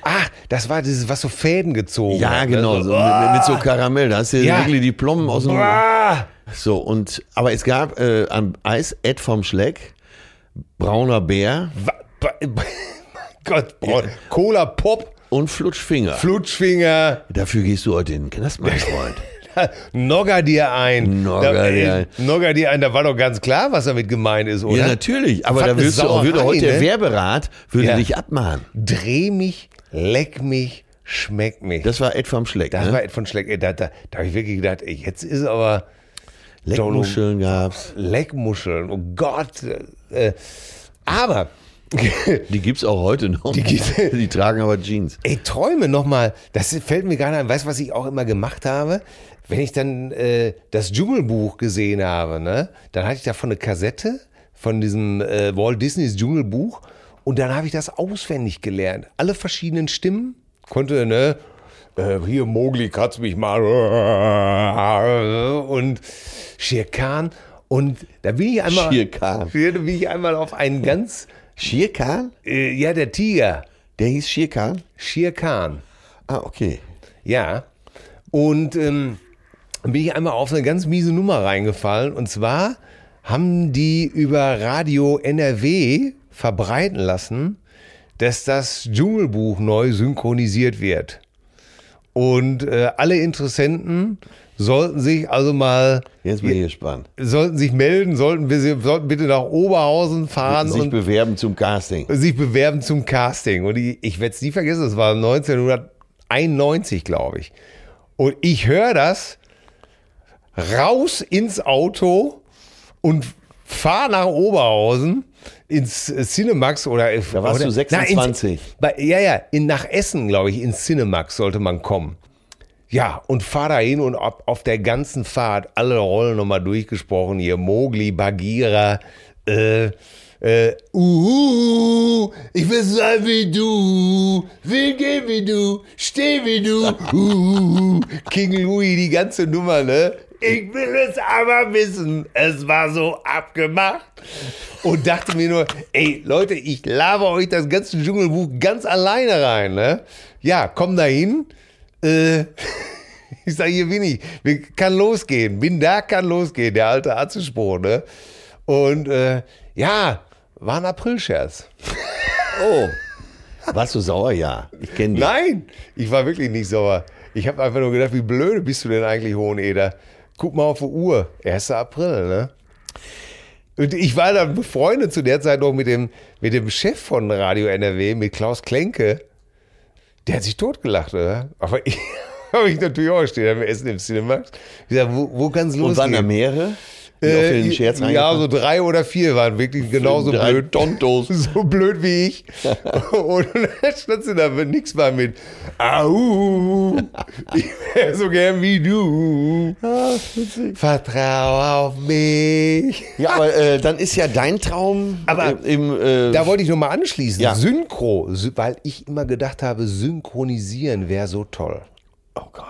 Ah, das war dieses, was so Fäden gezogen
Ja,
hat, ne?
genau, so,
So,
mit, mit so Karamell. Da hast du
Ja.
wirklich die Plomben aus dem.
ah,
So, und aber es gab äh, am Eis Ed vom Schleck, brauner Bär
Wa- ba- mein Gott, Bro. Cola Pop,
und Flutschfinger.
Flutschfinger,
Dafür gehst du heute in den Knast, mein Freund.
Nogger dir ein.
Nogger
Da-
dir
äh, Nogger dir ein, da war doch ganz klar, was damit gemeint ist, oder?
ja, natürlich. Aber
Was
da
eine
würdest du auch, würde
Sauerei,
heute der
ne?
Werberat würde
Ja.
dich abmahnen.
Dreh mich, leck mich, schmeck mich.
Das war Ed vom Schleck.
das
Ne?
war Ed von Schleck. Ey, Da, da, da habe ich wirklich gedacht, ey, jetzt ist aber
Leckmuscheln gab's.
Leckmuscheln. Oh Gott. Äh, aber
Die gibt's auch heute noch. Die,
gibt's-
die tragen aber Jeans.
Ey, Träume nochmal, das fällt mir gerade ein. Weißt du, was ich auch immer gemacht habe? Wenn ich dann äh, das Dschungelbuch gesehen habe, ne? dann hatte ich davon eine Kassette von diesem äh, Walt Disneys Dschungelbuch und dann habe ich das auswendig gelernt. Alle verschiedenen Stimmen konnte, ne? Äh, hier, Mogli, kratz mich mal. Und Shere Khan. Und da bin ich einmal.
Shere Khan.
Da bin ich einmal auf einen ganz.
Shere Khan?
Äh, ja, der Tiger.
Der hieß Shere Khan?
Shere Khan.
Ah, okay.
Ja. Und ähm, dann bin ich einmal auf eine ganz miese Nummer reingefallen. Und zwar haben die über Radio NRW verbreiten lassen, dass das Dschungelbuch neu synchronisiert wird. Und äh, alle Interessenten sollten sich also mal,
Jetzt bin ich gespannt.
sollten sich melden, sollten wir sie, sollten bitte nach Oberhausen fahren
Sich
und
bewerben zum Casting.
sich bewerben zum Casting. Und ich, ich werde es nie vergessen, es war 1991, glaube ich. Und ich höre das raus ins Auto und fahre nach Oberhausen ins Cinemax oder
Da warst
oder,
du
Na, ins-
26.
bei, ja, ja, in, nach Essen, glaube ich, ins Cinemax sollte man kommen. Ja, und fahr da hin und ab, auf der ganzen Fahrt alle Rollen nochmal durchgesprochen. Hier Mogli, Bagheera, äh, äh, uhu, ich will sein wie du, will gehen wie du, steh wie du, uhu, King Louis, die ganze Nummer, ne? Ich will es aber wissen. Es war so abgemacht. Und dachte mir nur, ey, Leute, ich laber euch das ganze Dschungelbuch ganz alleine rein, ne? Ja, komm da hin. Äh, ich sage, hier bin ich. Wir- Kann losgehen. Bin da, kann losgehen. Der alte Arztspruch, ne? Und äh, ja, war ein Aprilscherz.
Oh. Warst du sauer? Ja. Ich kenne dich.
Nein, ich war wirklich nicht sauer. Ich habe einfach nur gedacht, wie blöde bist du denn eigentlich, Hoheneder? Guck mal auf die Uhr. 1. April, ne? Und ich war dann befreundet zu der Zeit noch mit dem, mit dem Chef von Radio NRW, mit Klaus Klenke. Der hat sich totgelacht, oder? Aber ich habe ich natürlich auch stehen, wir essen im Cinemax. Ich sag, wo, wo kann es
Und waren
losgehen?
da mehrere? Die auf den
Äh,
Scherz
ja,
reingefallen
so drei oder vier waren wirklich genauso
Drei
blöd.
Tontos.
So blöd wie ich. Und dann stand sie da mit nichts mehr mit. Au, ich wäre so gern wie du. Vertrau auf mich.
Ja, aber äh, dann ist ja dein Traum
Aber
äh, im äh,
Da wollte ich nochmal anschließen.
Ja.
Synchro, sy- weil ich immer gedacht habe, synchronisieren wäre so toll.
Oh Gott.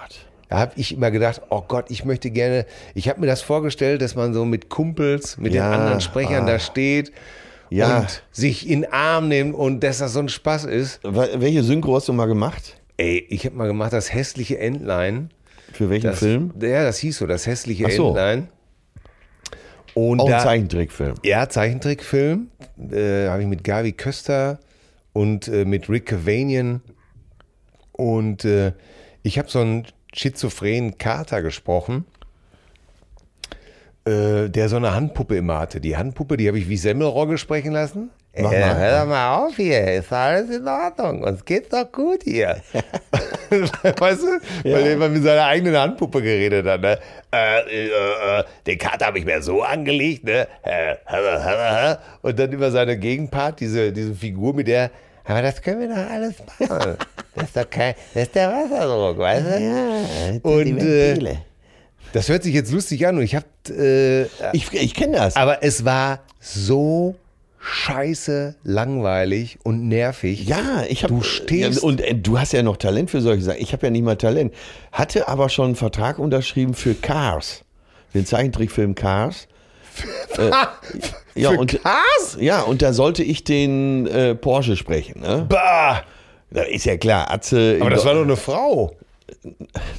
Da habe ich immer gedacht, oh Gott, ich möchte gerne, ich habe mir das vorgestellt, dass man so mit Kumpels, mit
Ja,
den anderen Sprechern
ah.
da steht
Ja.
und sich in den Arm nimmt und dass das so ein Spaß ist.
Wel- Welche Synchro hast du mal gemacht?
Ey, ich habe mal gemacht, das hässliche Entlein.
Für welchen
Das,
Film?
Ja, das hieß so, das hässliche
Ach so.
Entlein. Und
Auch ein
da,
Zeichentrickfilm.
ja, Zeichentrickfilm, äh, habe ich mit Gavi Köster und äh, mit Rick Cavanian und äh, ich habe so einen schizophrenen Kater gesprochen, äh, der so eine Handpuppe immer hatte. Die Handpuppe, die habe ich wie Semmelrogge sprechen lassen.
Mach
Äh,
mal.
hör doch mal auf hier, ist alles in Ordnung, uns geht's doch gut hier. weißt du, weil er immer mit seiner eigenen Handpuppe geredet hat. Ne? Äh, äh, äh, den Kater habe ich mir so angelegt, ne? Äh, und dann immer seine Gegenpart, diese, diese Figur, mit der, aber das können wir doch alles machen. Das ist doch kein, das ist der Wasserdruck, weißt du? Und, äh, Ventile. Das hört sich jetzt lustig an und ich hab, äh,
ich ich kenne das.
aber es war so scheiße langweilig und nervig.
Ja, ich habe
Du stehst-
und äh, du hast ja noch Talent für solche Sachen. Ich habe ja nicht mal Talent. Hatte aber schon einen Vertrag unterschrieben für Cars, den Zeichentrickfilm Cars. äh, ja
Für
und
Cars?
ja und da sollte ich den äh, Porsche sprechen. Ne?
Bah!
Da Ist ja klar, Atze.
Aber das war doch eine Frau.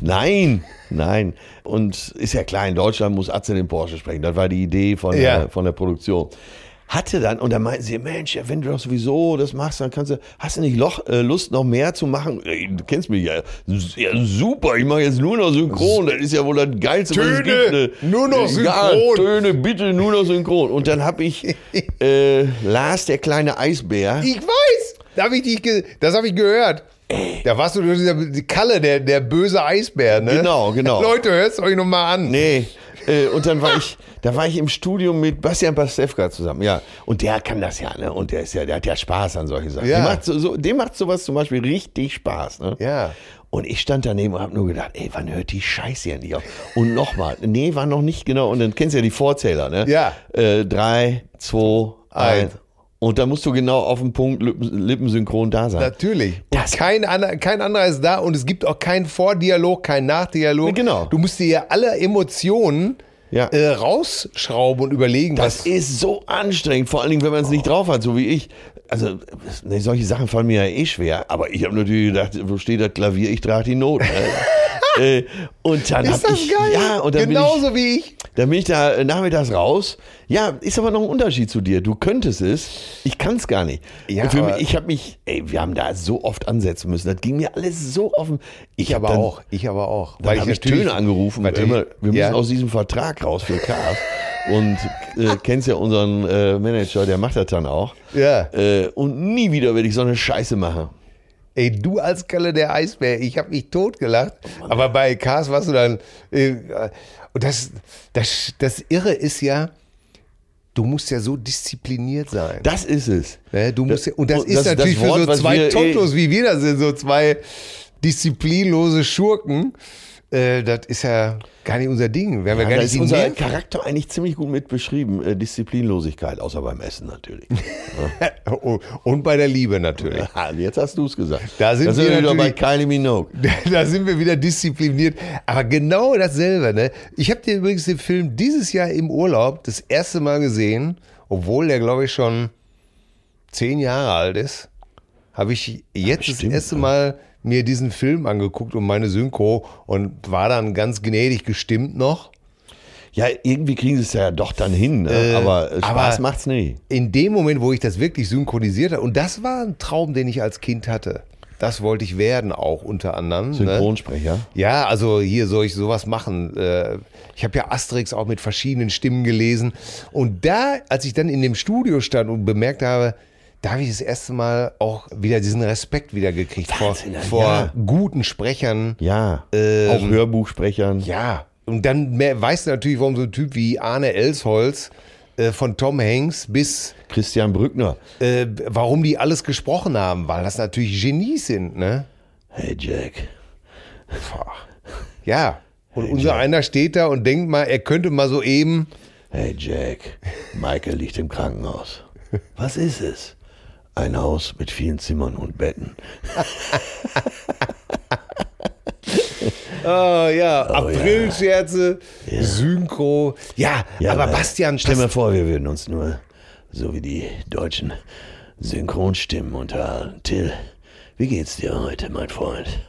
Nein, nein. Und ist ja klar, in Deutschland muss Atze den Porsche sprechen. Das war die Idee von,
Ja.
der, von der Produktion. Hatte dann, und dann meinten sie, Mensch, ja, wenn du doch sowieso das machst, dann kannst du, hast du nicht Loch, äh, Lust, noch mehr zu machen? Ey, Du kennst mich ja. S- ja super, ich mache jetzt nur noch Synchron. Das ist ja wohl das Geilste, was es
Töne,
gibt. ne?
nur noch
Ja,
synchron.
Töne, bitte nur noch Synchron. Und dann habe ich äh, Lars, der kleine Eisbär.
Ich weiß! Da hab ich dich ge das habe ich gehört. Da warst du nur dieser die Kalle, der, der böse Eisbär, ne?
Genau, genau.
Leute, hört's euch nochmal an.
Nee. Äh, und dann war ich, da war ich im Studio mit Bastian Pastewka zusammen, ja. Und der kann das ja, ne? Und der ist ja, der hat ja Spaß an solchen Sachen.
Ja.
Dem, macht so, so, dem macht sowas zum Beispiel richtig Spaß, ne?
Ja.
Und ich stand daneben und hab nur gedacht, ey, wann hört die Scheiße hier nicht auf? Und nochmal, nee, war noch nicht genau. Und dann kennst du ja die Vorzähler, ne?
Ja.
Äh, drei, zwei,
Eins.
eins. Und da musst du genau auf den Punkt lippen- lippensynchron da sein.
Natürlich. Und
Das-
kein, ander- kein anderer ist da und es gibt auch keinen Vordialog, keinen Nachdialog.
Genau.
Du musst dir ja alle Emotionen
Ja.
äh, rausschrauben und überlegen,
Das
was.
ist so anstrengend, vor allen Dingen, wenn man es nicht drauf hat, so wie ich. Also, ne, solche Sachen fallen mir ja eh schwer. Aber ich habe natürlich gedacht, wo steht das Klavier? Ich trage die Noten. äh, und dann hab
Ist das
ich,
geil?
Ja, und dann
Genauso wie ich.
bin ich, Dann bin ich da äh, nachmittags raus. Ja, ist aber noch ein Unterschied zu dir. Du könntest es, ich kann es gar nicht.
Ja,
Und für
aber-
mich, ich habe mich, ey, wir haben da so oft ansetzen müssen. Das ging mir alles so offen.
Ich
hab
aber
dann-
auch. Ich aber auch.
Dann habe ich Töne angerufen.
weil
Immer, wir müssen
ja,
aus diesem Vertrag raus für Cars. Und äh, kennst ja unseren äh, Manager, der macht das dann auch.
ja.
Äh, und nie wieder werde ich so eine Scheiße machen.
Ey, du als Kalle der Eisbär, ich habe mich totgelacht.
Oh
aber bei Cars warst du dann. Äh, und das, das, das Irre ist ja, du musst ja so diszipliniert sein.
Das ist es.
Ne, du musst ja, und das
und
ist
das- das
natürlich
Wort,
für
was
so zwei
wir eh-
Tottos, wie wir da sind, so zwei disziplinlose Schurken. Äh, das ist ja gar nicht unser Ding. Wir haben ja,
Ja,
gar
da
nicht
ist
die
unser
Nerven.
Charakter eigentlich ziemlich gut mit beschrieben. Äh, Disziplinlosigkeit, außer beim Essen natürlich.
Oh, Und bei der Liebe natürlich.
Ja, jetzt hast du es gesagt.
Da sind
das
wir
wieder bei
natürlich-
Kylie Minogue.
Da sind wir wieder diszipliniert. Aber genau dasselbe, ne? Ich habe dir übrigens den Film dieses Jahr im Urlaub das erste Mal gesehen, obwohl der, glaube ich, schon zehn Jahre alt ist. Habe ich jetzt
bestimmt,
das erste
ne?
Mal mir diesen Film angeguckt und meine Synchro und war dann ganz gnädig gestimmt noch.
Ja, irgendwie kriegen sie es ja doch dann hin, ne? aber äh, Spaß
aber-
macht's nie.
In dem Moment, wo ich das wirklich synchronisiert habe, und das war ein Traum, den ich als Kind hatte. Das wollte ich werden auch unter anderem. ne?
Synchronsprecher.
Ja, also hier soll ich sowas machen. Äh, Ich habe ja Asterix auch mit verschiedenen Stimmen gelesen. Und da, als ich dann in dem Studio stand und bemerkt habe, da habe ich das erste Mal auch wieder diesen Respekt wieder gekriegt vor,
Wahnsinn, ja.
vor guten Sprechern.
Ja, auch Hörbuchsprechern.
Ähm, Ja, und dann mehr, weißt du natürlich, warum so ein Typ wie Arne Elsholz äh, von Tom Hanks bis,
Christian Brückner.
äh, warum die alles gesprochen haben, weil das natürlich Genies sind, ne?
Hey Jack.
Ja. Und unser einer steht da und denkt mal, er könnte mal so eben
Hey Jack. Michael liegt im Krankenhaus. Was ist es? Ein Haus mit vielen Zimmern und Betten.
Oh ja, April-Scherze, Synchro. Ja, aber Bastian,
stell
pass-
mir vor, wir würden uns nur so wie die deutschen Synchronstimmen unterhalten. Till, wie geht's dir heute, mein Freund?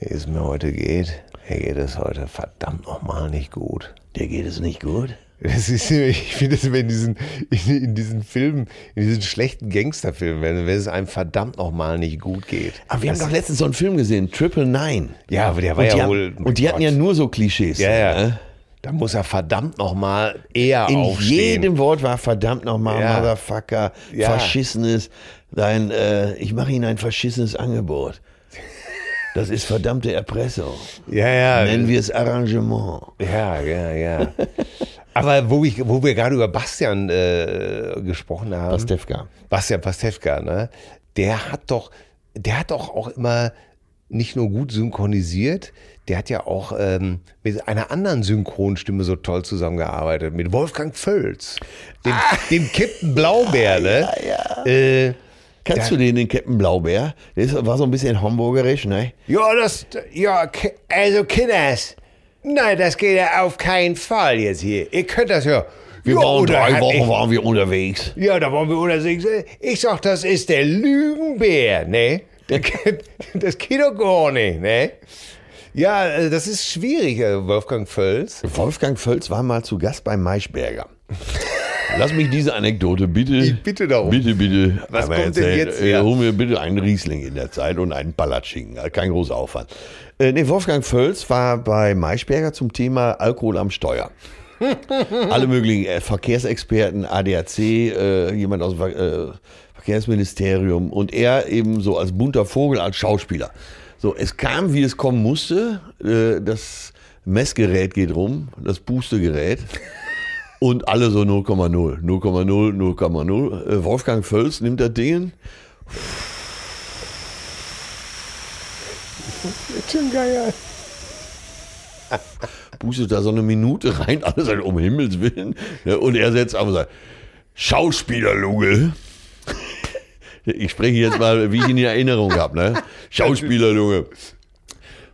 wie es mir heute geht, mir geht es heute verdammt nochmal nicht gut.
Dir geht es nicht gut?
Das ist, ich finde es immer in diesen, in, in diesen Filmen, in diesen schlechten Gangsterfilmen, wenn, wenn es einem verdammt nochmal nicht gut geht.
Aber Ah, wir haben doch letztens so einen Film gesehen, Triple Nine.
Ja, aber der war
und
ja
die
wohl-
Haben, und die hatten ja nur so Klischees.
Ja, ja.
ne?
Da muss er verdammt nochmal eher
In
aufstehen.
jedem Wort war verdammt nochmal
Ja.
Motherfucker,
Ja.
verschissenes, dein, äh, ich mache Ihnen ein verschissenes Angebot. Das ist verdammte Erpressung.
ja, ja.
Nennen wir es Arrangement.
Ja, ja, ja. Aber wo, ich, wo wir gerade über Bastian äh, gesprochen haben.
Pastewka.
Bastian Pastewka, ne? Der hat doch, der hat doch auch immer nicht nur gut synchronisiert, der hat ja auch ähm, mit einer anderen Synchronstimme so toll zusammengearbeitet, mit Wolfgang Völz, dem, dem Captain Blaubeer, ne? Ah. Ja, ja. Äh,
Kannst
Der-
du den, den Captain Blaubeer? Der ist, war so ein bisschen hamburgerisch, ne?
ja, das, ja, Ki- also Kinders, nein, das geht ja auf keinen Fall jetzt hier. Ihr könnt das ja.
Wir
ja,
waren
oder halt
drei
hat-
Wochen
ich-
waren wir unterwegs.
Ja, da wollen wir unterwegs. sein. Ich sag, das ist der Lügenbär, ne? Der kennt das Kino gar nicht, ne? Ja, äh, das ist schwierig, äh, Wolfgang Völz.
Wolfgang Völz war mal zu Gast bei Maischberger. Lass mich diese Anekdote bitte.
Ich bitte darum.
Bitte, bitte.
Was
einmal
kommt denn jetzt
Äh,
her?
hol mir bitte einen Riesling in der Zeit und einen Palatschinken. Also Kein großer Aufwand. Äh, nee, Wolfgang Völz war bei Maischberger zum Thema Alkohol am Steuer. Alle möglichen äh, Verkehrsexperten, ADAC, äh, jemand aus dem Ver äh, Verkehrsministerium und er eben so als bunter Vogel, als Schauspieler. So, es kam, wie es kommen musste. Äh, das Messgerät geht rum, das Boostergerät. Und alle so 0,0, 0,0, 0,0. Äh, Wolfgang Völz nimmt das Ding.
Tim Geier.
pustet da so eine Minute rein, alles halt um Himmels Willen. Ne? Und er setzt aber sagt, Schauspielerlunge. Ich spreche jetzt mal, wie ich ihn in Erinnerung habe, ne? Schauspielerlunge.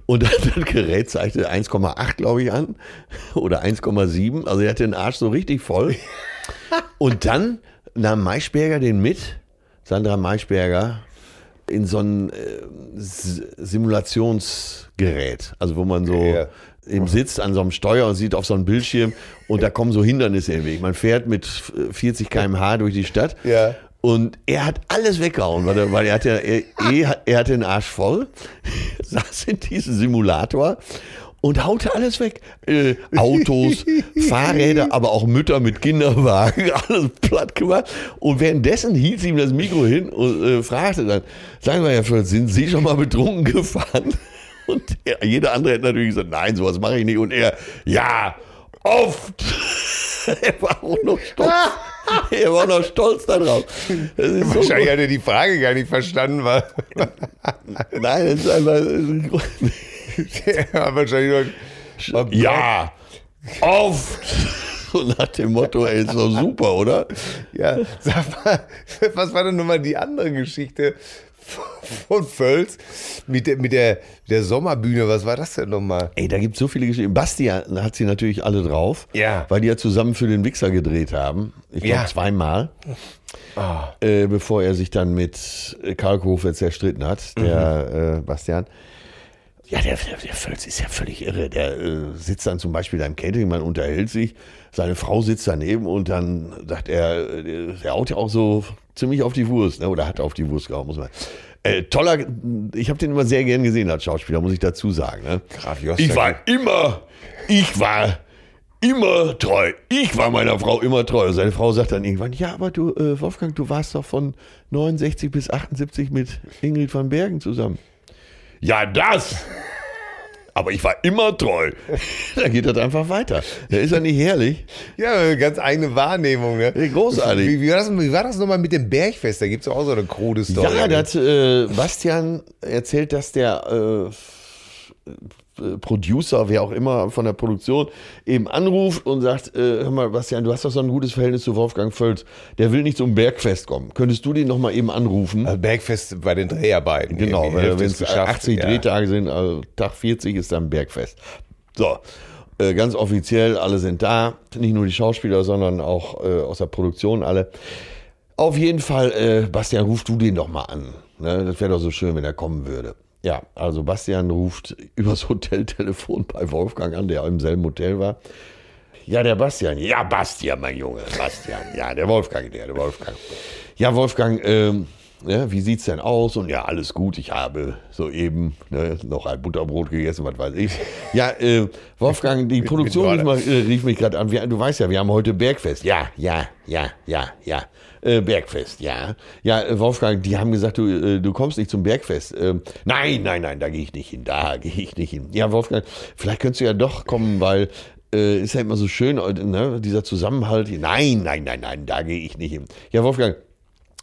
Und dann das Gerät zeigte 1,8, glaube ich, an. Oder 1,7. Also er hatte den Arsch so richtig voll. Und dann nahm Maischberger den mit, Sandra Maischberger, in so ein äh, S- Simulationsgerät. Also wo man so
Ja.
eben sitzt an so einem Steuer und sieht auf so einem Bildschirm und da kommen so Hindernisse im Weg. Man fährt mit äh, 40 km/h durch die Stadt.
Ja.
Und er hat alles weggehauen, weil er, weil er hatte, er, er, er hatte den Arsch voll, saß in diesem Simulator und haute alles weg. Äh, Autos, Fahrräder, aber auch Mütter mit Kinderwagen, alles platt gemacht. Und währenddessen hielt sie ihm das Mikro hin und äh, fragte dann, sagen wir Herr Fürth, sind Sie schon mal betrunken gefahren? Und er, jeder andere hätte natürlich gesagt, nein, sowas mache ich nicht. Und er, ja, oft. er war auch noch stolz. er war noch stolz darauf. Das ist so
Wahrscheinlich hat er die Frage gar nicht verstanden, weil
Nein, das ist einfach.
er hat wahrscheinlich noch,
ja, auf! So nach dem Motto, ey, ist doch super, oder?
Ja, sag mal, was war denn nun mal die andere Geschichte von Völz mit der, mit der, der Sommerbühne? Was war das denn nochmal?
Ey, da gibt es so viele Geschichten. Bastian hat sie natürlich alle drauf,
Ja.
weil die ja zusammen für den Wichser gedreht haben. Ich glaube
Ja. Ah.
zweimal, äh, bevor er sich dann mit Karl Kohofer zerstritten hat,
Mhm.
der äh, Bastian. Ja, der, der, der Völz ist ja völlig irre. Der äh, sitzt dann zum Beispiel da im Catering, man unterhält sich, seine Frau sitzt daneben und dann sagt er, äh, der haut ja auch so ziemlich auf die Wurst, ne? oder hat auf die Wurst gehauen, muss man. Äh, toller, ich habe den immer sehr gern gesehen als Schauspieler, muss ich dazu sagen. Ne?
Graf Jostak.
ich war immer, ich war immer treu. Ich war meiner Frau immer treu. Seine Frau sagt dann irgendwann, ja, aber du, äh, Wolfgang, du warst doch von 69 bis 78 mit Ingrid van Bergen zusammen. Ja, das. Aber ich war immer treu. da geht das einfach weiter. Da ist er nicht herrlich.
Ja, eine ganz eigene Wahrnehmung, ne?
Ja, großartig.
Wie, wie war das, wie war das nochmal mit dem Bergfest? Da gibt's doch auch so eine krude Story.
Ja, da hat äh, Bastian erzählt, dass der äh, äh, Producer, wer auch immer von der Produktion, eben anruft und sagt, äh, hör mal, Bastian, du hast doch so ein gutes Verhältnis zu Wolfgang Völz. Der will nicht zum Bergfest kommen. Könntest du den nochmal eben anrufen?
Also Bergfest bei den Dreharbeiten.
Genau,
irgendwie. ne? Hälfte
wenn
ist
es
geschafft,
80
ja.
Drehtage sind, also Tag 40 ist dann Bergfest. So, äh, ganz offiziell, alle sind da. Nicht nur die Schauspieler, sondern auch äh, aus der Produktion alle. Auf jeden Fall, äh, Bastian, ruf du den doch mal an. Ne? Das wäre doch so schön, wenn er kommen würde. Ja, also Bastian ruft übers Hoteltelefon bei Wolfgang an, der im selben Hotel war. Ja, der Bastian. Ja, Bastian, mein Junge. Bastian. Ja, der Wolfgang, der, der Wolfgang. Ja, Wolfgang, ähm, ja, wie sieht's denn aus? Und ja, alles gut. Ich habe soeben ne, noch ein Butterbrot gegessen, was weiß ich. Ja, äh, Wolfgang, die Produktion rief, mal, äh, rief mich gerade an. Wir, du weißt ja, wir haben heute Bergfest. Ja, ja, ja, ja, ja. Äh, Bergfest, ja. Ja, äh, Wolfgang, die haben gesagt, du, äh, du kommst nicht zum Bergfest. Ähm, nein, nein, nein, da gehe ich nicht hin. Da gehe ich nicht hin. Ja, Wolfgang, vielleicht könntest du ja doch kommen, weil äh, ist ja immer so schön, ne, dieser Zusammenhalt. Nein, nein, nein, nein, da gehe ich nicht hin. Ja, Wolfgang,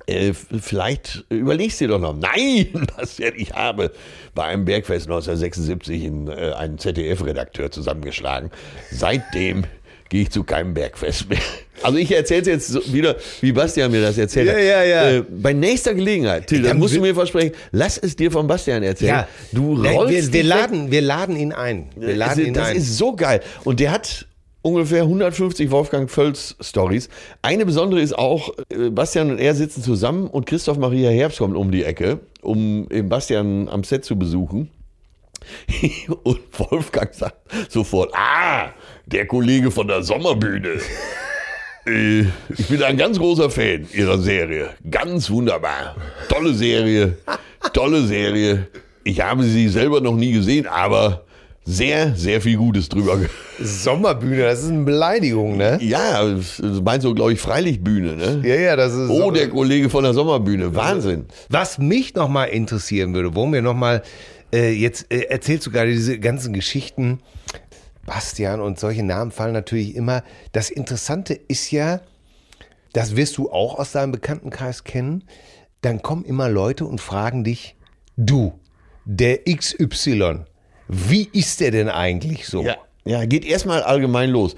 äh, f- vielleicht überlegst du dir doch noch. Nein, Bastian, ich habe bei einem Bergfest 1976 in, äh, einen ZDF-Redakteur zusammengeschlagen. Seitdem gehe ich zu keinem Bergfest mehr. Also ich erzähle es jetzt so wieder, wie Bastian mir das erzählt hat.
Ja, ja, ja.
Äh, bei nächster Gelegenheit, Till, dann
Dann
musst du
wi-
mir versprechen, lass es dir von Bastian erzählen.
Ja,
Du
Nein,
rollst
wir, wir,
dich weg.
laden, wir laden ihn ein. Wir laden
Also,
ihn
das
ein.
ist so geil. Und der hat ungefähr 150 Wolfgang Völz Stories. Eine besondere ist auch, äh, Bastian und er sitzen zusammen und Christoph Maria Herbst kommt um die Ecke, um eben Bastian am Set zu besuchen. Und Wolfgang sagt sofort, ah, der Kollege von der Sommerbühne. Äh, Ich bin ein ganz großer Fan Ihrer Serie. Ganz wunderbar. Tolle Serie. Tolle Serie. Ich habe sie selber noch nie gesehen, aber sehr, sehr viel Gutes drüber gehört.
Sommerbühne, das ist eine Beleidigung, ne?
Ja, das meinst du, glaube ich, Freilichtbühne, ne?
Ja, ja, das ist.
Oh, der Kollege von der Sommerbühne. Wahnsinn.
Was mich nochmal interessieren würde, wo mir nochmal, äh, jetzt äh, erzählst du gerade diese ganzen Geschichten, Bastian und solche Namen fallen natürlich immer. Das Interessante ist ja, das wirst du auch aus deinem Bekanntenkreis kennen, dann kommen immer Leute und fragen dich, du, der XY, wie ist der denn eigentlich so?
Ja, ja geht erstmal allgemein los.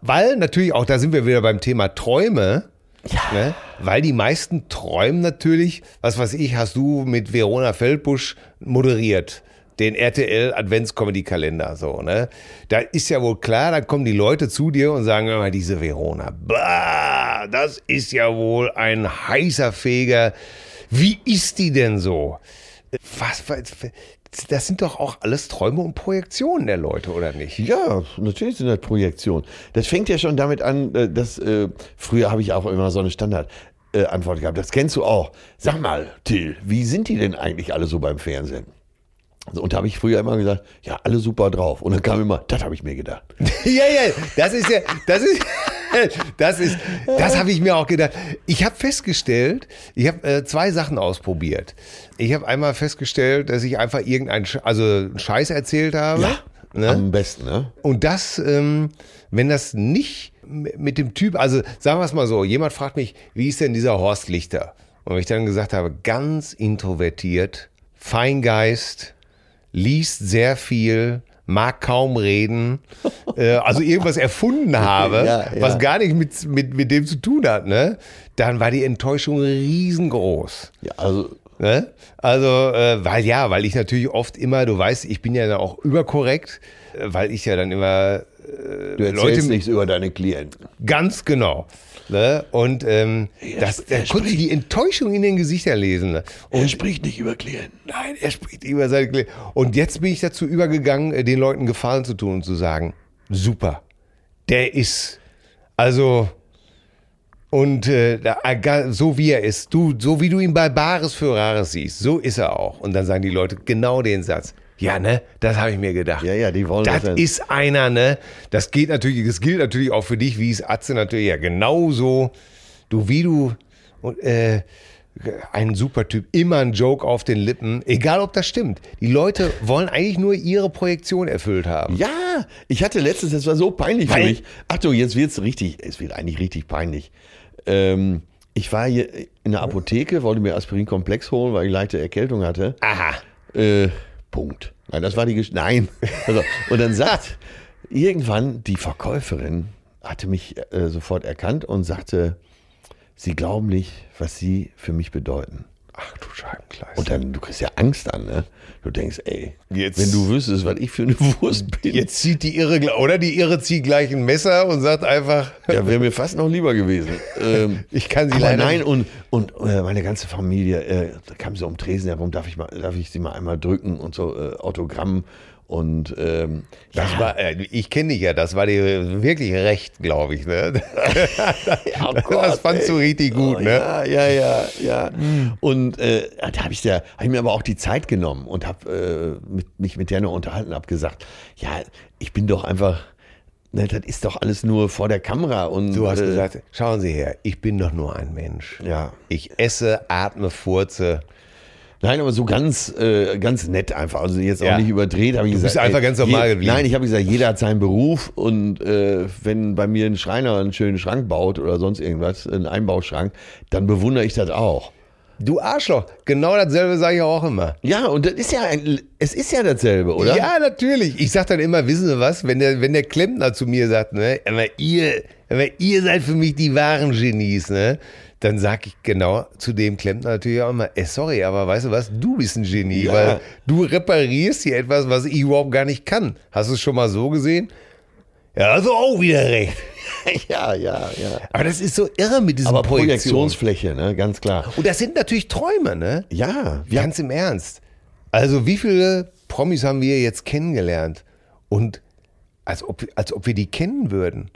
Weil natürlich auch, da sind wir wieder beim Thema Träume.
Ja.
Ne? Weil die meisten träumen natürlich, was weiß ich, hast du mit Verona Feldbusch moderiert. Den RTL Advents-Comedy-Kalender, so, ne? Da ist ja wohl klar, da kommen die Leute zu dir und sagen immer, diese Verona, bah, das ist ja wohl ein heißer Feger. Wie ist die denn so? Was, was, das sind doch auch alles Träume und Projektionen der Leute, oder nicht?
Ja, natürlich sind das Projektionen. Das fängt ja schon damit an, äh, dass äh, früher habe ich auch immer so eine Standard. äh, Antwort gehabt. Das kennst du auch. Sag mal, Till, wie sind die denn eigentlich alle so beim Fernsehen? So, Und da habe ich früher immer gesagt, ja, alle super drauf. Und dann kam immer, das habe ich mir gedacht.
Ja, ja, das ist ja, das ist, das ist, das habe ich mir auch gedacht. Ich habe festgestellt, ich habe äh, zwei Sachen ausprobiert. Ich habe einmal festgestellt, dass ich einfach irgendeinen, Sch- also einen Scheiß erzählt habe. Ne?
Am besten, ne?
Und das, ähm, wenn das nicht m- mit dem Typ, also sagen wir es mal so, jemand fragt mich, wie ist denn dieser Horst Lichter? Und wenn ich dann gesagt habe, ganz introvertiert, Feingeist, liest sehr viel, mag kaum reden, äh, also irgendwas erfunden habe,
Ja, ja.
was gar nicht mit, mit, mit dem zu tun hat, ne? dann war die Enttäuschung riesengroß.
Ja, also,
Ne? Also, äh, weil ja, weil ich natürlich oft immer, du weißt, ich bin ja dann auch überkorrekt, äh, weil ich ja dann immer
du erzählst
Leute-
nichts über deine Klienten.
ganz genau. Ne? Und ähm, das, da konnte ich die Enttäuschung in den Gesichtern lesen. Ne? Und
Er spricht nicht über Klienten.
nein, er spricht über seine Kle Und jetzt bin ich dazu übergegangen, äh, den Leuten Gefallen zu tun und zu sagen, super, der ist. Also, und äh, da- äh, ga- so wie er ist, du, so wie du ihn bei Bares für Rares siehst, so ist er auch. Und dann sagen die Leute genau den Satz. Ja, ne? Das habe ich mir gedacht.
Ja, ja, die wollen
das.
das ja.
Das ist einer, ne? Das geht natürlich, das gilt natürlich auch für dich, wie es Atze natürlich ja genauso. Du, wie du und, äh, ein super Typ, immer ein Joke auf den Lippen, egal ob das stimmt. Die Leute wollen eigentlich nur ihre Projektion erfüllt haben.
Ja, ich hatte letztens, das war so peinlich
Weil-
für mich. Achtung, jetzt wird's richtig, es wird eigentlich richtig peinlich. Ähm, ich war hier in der Apotheke, wollte mir Aspirin-Komplex holen, weil ich leichte Erkältung hatte.
Aha.
Äh, Punkt. Nein, das war die Gesch Nein. Also, und dann sagt irgendwann die Verkäuferin, hatte mich äh, sofort erkannt und sagte, Sie glauben nicht, was Sie für mich bedeuten.
Ach du Scheibenkleister.
Und dann, du kriegst ja Angst an, ne? Du denkst, ey,
Jetzt-
wenn du wüsstest, was ich für eine Wurst bin.
Jetzt zieht die Irre, gl- oder die Irre zieht gleich ein Messer und sagt einfach,
Ja, wäre mir fast noch lieber gewesen. Ähm,
Ich kann sie
aber
leider
Nein,
nicht-
und, und äh, meine ganze Familie, äh, da kam so um Tresen herum, darf ich, mal, darf ich sie mal einmal drücken und so äh, Autogramm. Und ähm,
das war, äh, ich kenne dich ja, das war dir wirklich recht, glaube ich. Ne?
ja, oh
das fandst du
ey.
richtig gut,
Oh,
ne? Hm.
Ja, ja, ja, ja. Und äh, da habe ich, der- hab ich mir aber auch die Zeit genommen und habe äh, mit, mich mit der noch unterhalten, habe gesagt, ja, ich bin doch einfach, ne, das ist doch alles nur vor der Kamera. Und,
Du hast
äh,
gesagt, schauen Sie her, ich bin doch nur ein Mensch.
Ja.
Ich esse, atme, furze.
Nein, aber so ganz, äh, ganz nett einfach. Also jetzt auch
Ja.
nicht überdreht, habe ich
Du
gesagt.
bist einfach ganz normal geblieben.
Nein, ich habe gesagt, jeder hat seinen Beruf und äh, wenn bei mir ein Schreiner einen schönen Schrank baut oder sonst irgendwas, einen Einbauschrank, dann bewundere ich das auch.
Du Arschloch, genau dasselbe sage ich auch immer.
Ja, und das ist ja ein, es ist ja dasselbe, oder?
Ja, natürlich. Ich sag dann immer, wissen Sie was, wenn der, wenn der Klempner zu mir sagt, ne, aber ihr, aber ihr seid für mich die wahren Genies, ne, dann sag ich genau zu dem Klempner natürlich auch immer, ey, sorry, aber weißt du was, du bist ein Genie,
Ja.
weil du reparierst hier etwas, was ich überhaupt gar nicht kann. Hast du es schon mal so gesehen? Ja, also auch wieder recht.
ja, ja, ja.
Aber das ist so irre mit diesem
Aber
Projektions
Projektionsfläche, ne, ganz klar.
Und das sind natürlich Träume, ne?
Ja, wir
Ganz im Ernst. Also wie viele Promis haben wir jetzt kennengelernt? Und als ob, als ob wir die kennen würden.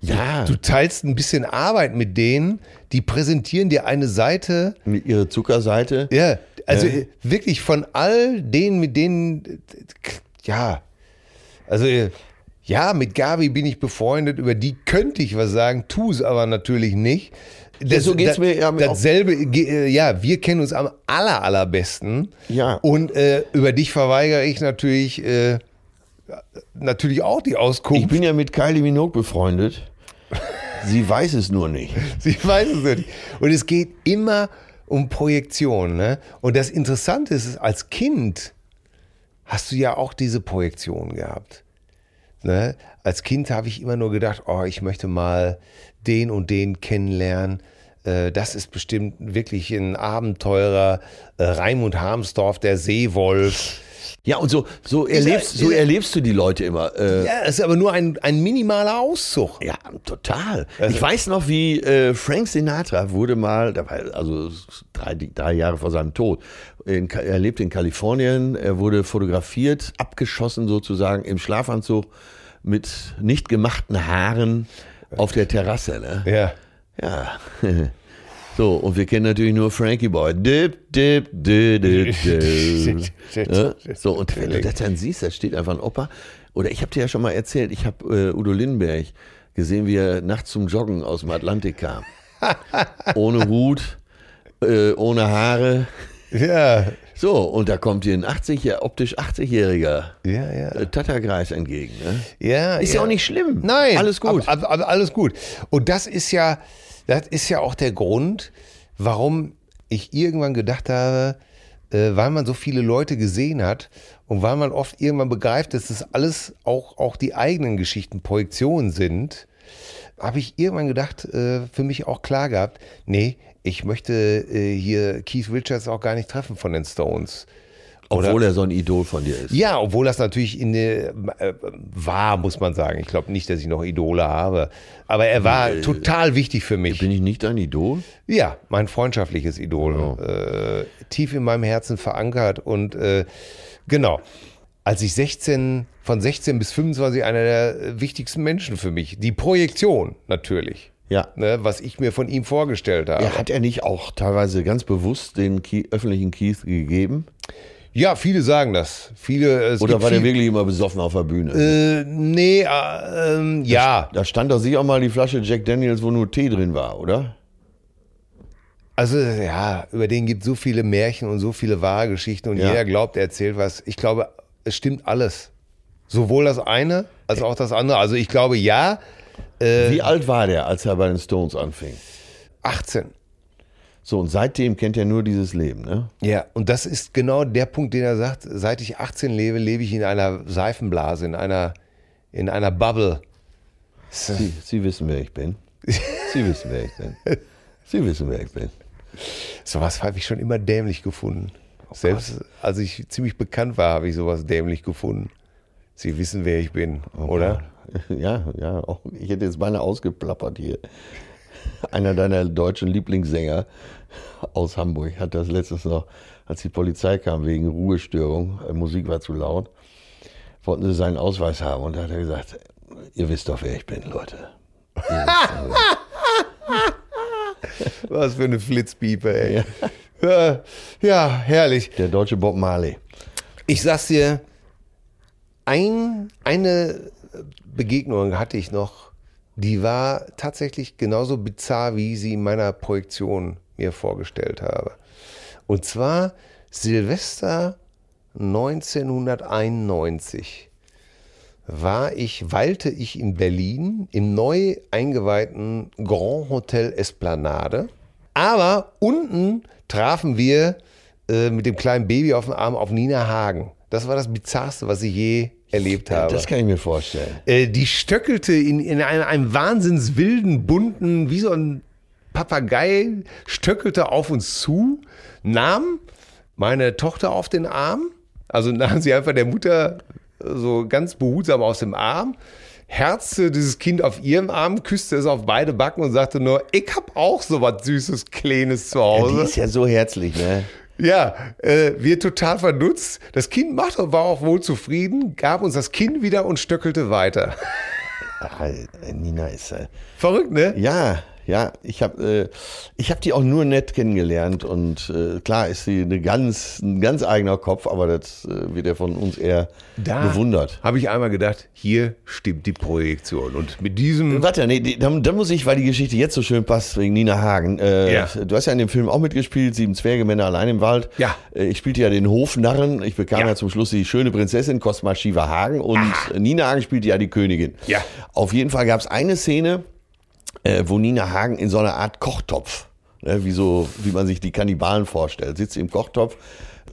ja,
Du teilst ein bisschen Arbeit mit denen, die präsentieren dir eine Seite.
ihre Zuckerseite.
Ja, also
Ja.
äh, wirklich von all denen, mit denen, äh, k- ja, also äh, ja, mit Gabi bin ich befreundet, über die könnte ich was sagen, tu es aber natürlich nicht. Das-
so geht's
das-
mir ja auch.
Dasselbe, ge- äh, ja, wir kennen uns am aller, allerbesten.
Ja.
Und äh, über dich verweigere ich natürlich, äh, natürlich auch die Auskunft.
Ich bin ja mit Kylie Minogue befreundet. Sie weiß es nur nicht.
Sie weiß es nicht. Und es geht immer um Projektion. Ne? Und das Interessante ist, als Kind hast du ja auch diese Projektion gehabt. Ne? Als Kind habe ich immer nur gedacht, oh, ich möchte mal den und den kennenlernen. Äh, Das ist bestimmt wirklich ein Abenteurer. Äh, Raimund Harmsdorf, der Seewolf.
Ja, und so, so, erlebst, so erlebst du die Leute immer. Äh,
Ja, es ist aber nur ein, ein minimaler Auszug.
Ja, total. Ich weiß noch, wie äh, Frank Sinatra wurde mal, da war- also drei, drei Jahre vor seinem Tod, in, Ka- er lebte in Kalifornien, er wurde fotografiert, abgeschossen sozusagen im Schlafanzug mit nicht gemachten Haaren auf der Terrasse. Ne?
Ja.
Ja. So, und wir kennen natürlich nur Frankie Boy. Dip, dip, dip, dip, dip. ja? So, und wenn du das dann siehst, da steht einfach ein Opa. Oder ich habe dir ja schon mal erzählt, ich habe äh, Udo Lindenberg gesehen, wie er nachts zum Joggen aus dem Atlantik kam. Ohne Hut, äh, ohne Haare.
Ja.
So, und da kommt dir ein 80 -Jähr- optisch 80-jähriger
Ja, ja.
äh, Tattergreis entgegen. Ne?
Ja,
Ist ja auch nicht schlimm.
Nein,
Alles gut.
Ab, ab, ab, alles gut. Und das ist ja, das ist ja auch der Grund, warum ich irgendwann gedacht habe, äh, weil man so viele Leute gesehen hat und weil man oft irgendwann begreift, dass das alles auch, auch die eigenen Geschichten Projektionen sind, habe ich irgendwann gedacht, äh, für mich auch klar gehabt, nee, ich möchte äh, hier Keith Richards auch gar nicht treffen von den Stones.
Obwohl er so ein Idol von dir ist.
Ja, obwohl das natürlich in der, äh, war, muss man sagen. Ich glaube nicht, dass ich noch Idole habe. Aber er war total wichtig für mich.
Bin ich nicht dein Idol?
Ja, mein freundschaftliches Idol.
Genau.
Äh, tief in meinem Herzen verankert. Und äh, genau, als ich 16, von 16 bis 25 einer der äh, wichtigsten Menschen für mich. Die Projektion natürlich.
Ja.
Ne, was ich mir von ihm vorgestellt habe.
Ja, hat er nicht auch teilweise ganz bewusst den Kie- öffentlichen Kies gegeben?
Ja, viele sagen das. Viele, äh, es
Oder
gibt
war der
viel-
wirklich immer besoffen auf der Bühne?
Äh, nee, äh, ähm, ja.
Da stand doch sicher auch mal die Flasche Jack Daniels, wo nur Tee drin war, oder?
Also ja, über den gibt so viele Märchen und so viele wahre Geschichten und
Ja.
jeder glaubt, er erzählt was. Ich glaube, es stimmt alles. Sowohl das eine als auch das andere. Also ich glaube ja, Äh.
Wie alt war der, als er bei den Stones anfing?
18.
So, und seitdem kennt er nur dieses Leben, ne?
Ja, und das ist genau der Punkt, den er sagt, seit ich 18 lebe, lebe ich in einer Seifenblase, in einer, in einer Bubble.
Sie, Sie wissen, wer ich bin. Sie wissen, wer ich bin. Sie wissen, wer ich bin.
Sowas habe ich schon immer dämlich gefunden. Selbst als ich ziemlich bekannt war, habe ich sowas dämlich gefunden. Sie wissen, wer ich bin, oder?
Ja, ja. auch- Ich hätte jetzt beinahe ausgeplappert hier. Einer deiner deutschen Lieblingssänger aus Hamburg hat das letztens noch, als die Polizei kam wegen Ruhestörung, äh, Musik war zu laut, wollten sie seinen Ausweis haben und da hat er gesagt, ihr wisst doch, wer ich bin, Leute.
Was für eine Flitzpiepe, ey. Ja. ja, herrlich.
Der deutsche Bob Marley.
Ich sag's dir, ein, eine Begegnung hatte ich noch, die war tatsächlich genauso bizarr, wie ich sie in meiner Projektion mir vorgestellt habe. Und zwar Silvester 1991 war ich, weilte ich in Berlin im neu eingeweihten Grand Hotel Esplanade. Aber unten trafen wir äh, mit dem kleinen Baby auf dem Arm auf Nina Hagen. Das war das Bizarrste, was ich je erlebt habe.
Das kann ich mir vorstellen.
Äh, die stöckelte in, in einem, einem wahnsinnswilden, bunten, wie so ein Papagei, stöckelte auf uns zu, nahm meine Tochter auf den Arm, also nahm sie einfach der Mutter äh, so ganz behutsam aus dem Arm, herzte dieses Kind auf ihrem Arm, küsste es auf beide Backen und sagte nur, ich hab auch so was Süßes, Kleines zu
Ja, die
Hause.
ist ja so herzlich, ne?
Ja, äh, wir total verdutzt. Das Kind machte, war auch wohl zufrieden, gab uns das Kind wieder und stöckelte weiter.
Ach, äh, Nina ist äh,
Verrückt, ne?
Ja, ja, ich habe äh, ich hab die auch nur nett kennengelernt und äh, klar ist sie eine ganz, ein ganz eigener Kopf, aber das äh, wird ja von uns eher bewundert.
Habe ich einmal gedacht, hier stimmt die Projektion. Und mit diesem.
Warte, nee, die- dann, dann muss ich, weil die Geschichte jetzt so schön passt, wegen Nina Hagen. Äh,
Ja.
Du hast ja in dem Film auch mitgespielt, Sieben Zwerge, Männer allein im Wald.
Ja.
Äh, Ich spielte ja den Hofnarren. Ich bekam ja,
Ja.
zum Schluss die schöne Prinzessin Cosma Shiva Hagen und Nina Hagen spielte ja die Königin.
Ja.
Auf jeden Fall gab es eine Szene, äh, wo Nina Hagen in so einer Art Kochtopf, ne, wie, so, wie man sich die Kannibalen vorstellt, sitzt im Kochtopf,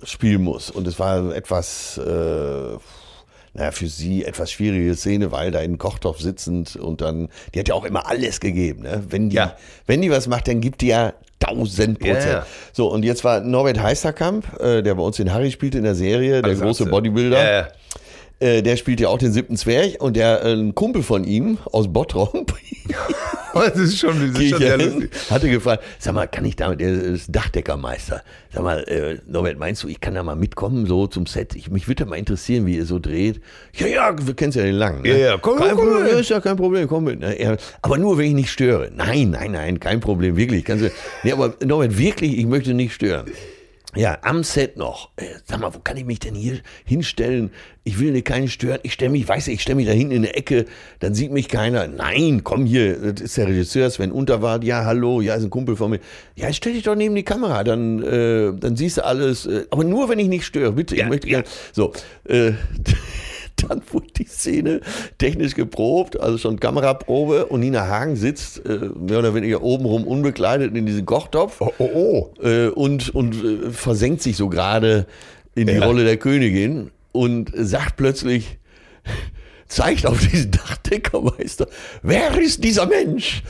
spielen muss. Und es war etwas, äh, naja, für sie etwas schwierige Szene, weil da in Kochtopf sitzend und dann, die hat ja auch immer alles gegeben. Ne? Wenn, die,
Ja.
wenn die was macht, dann gibt die ja 1000 Prozent.
Ja, ja.
So, und jetzt war Norbert Heisterkamp, äh, der bei uns den Harry spielte in der Serie, der
Alles
große
Ärzte.
Bodybuilder.
Ja, ja.
Äh, der spielt ja auch den siebten Zwerg und der äh, ein Kumpel von ihm aus Bottrop,
Oh, Das ist schon, das ist
gehe ich
schon
ja
sehr
hin,
lustig.
hatte gefragt, sag mal, kann ich damit, er ist Dachdeckermeister, sag mal, äh, Norbert, meinst du, ich kann da mal mitkommen, so zum Set? Ich, mich würde mal interessieren, wie ihr so dreht. Ja, ja, wir kennen ja den Langen. Ne?
Ja, ja, komm,
kein
komm, komm
Problem,
mit.
ist ja kein Problem, komm mit. Ne? Er, aber nur, wenn ich nicht störe. Nein, nein, nein, kein Problem, wirklich. Kannst du, nee, aber Norbert, wirklich, ich möchte nicht stören. Ja, am Set noch. Äh, Sag mal, wo kann ich mich denn hier hinstellen? Ich will dir keinen stören. Ich stelle mich, weiß ich, ich stelle mich da hinten in der Ecke, dann sieht mich keiner. Nein, komm hier, das ist der Regisseur Sven Unterwart. Ja, hallo, ja, ist ein Kumpel von mir. Ja, stell dich doch neben die Kamera, dann, äh, dann siehst du alles. Äh, aber nur, wenn ich nicht störe, bitte. ich möchte gerne. So, äh, dann wurde die Szene technisch geprobt, also schon Kameraprobe. Und Nina Hagen sitzt äh, mehr oder weniger obenrum unbekleidet in diesem Kochtopf
Oh, oh, oh.
äh, und, und äh, versenkt sich so gerade in die Rolle der Königin und sagt plötzlich, zeigt auf diesen Dachdeckermeister, wer ist dieser Mensch?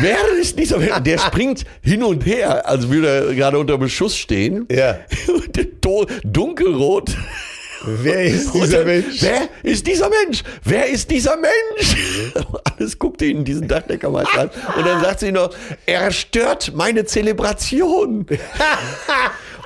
Wer ist dieser Mensch? Der springt hin und her, als würde er gerade unter Beschuss stehen.
Ja.
Und der to- Dunkelrot.
Wer ist
Und
dieser
dann,
Mensch?
Wer ist dieser Mensch? Wer ist dieser Mensch? Alles guckt ihn diesen Dachdeckermeister an. Und dann sagt sie noch, er stört meine Zelebration.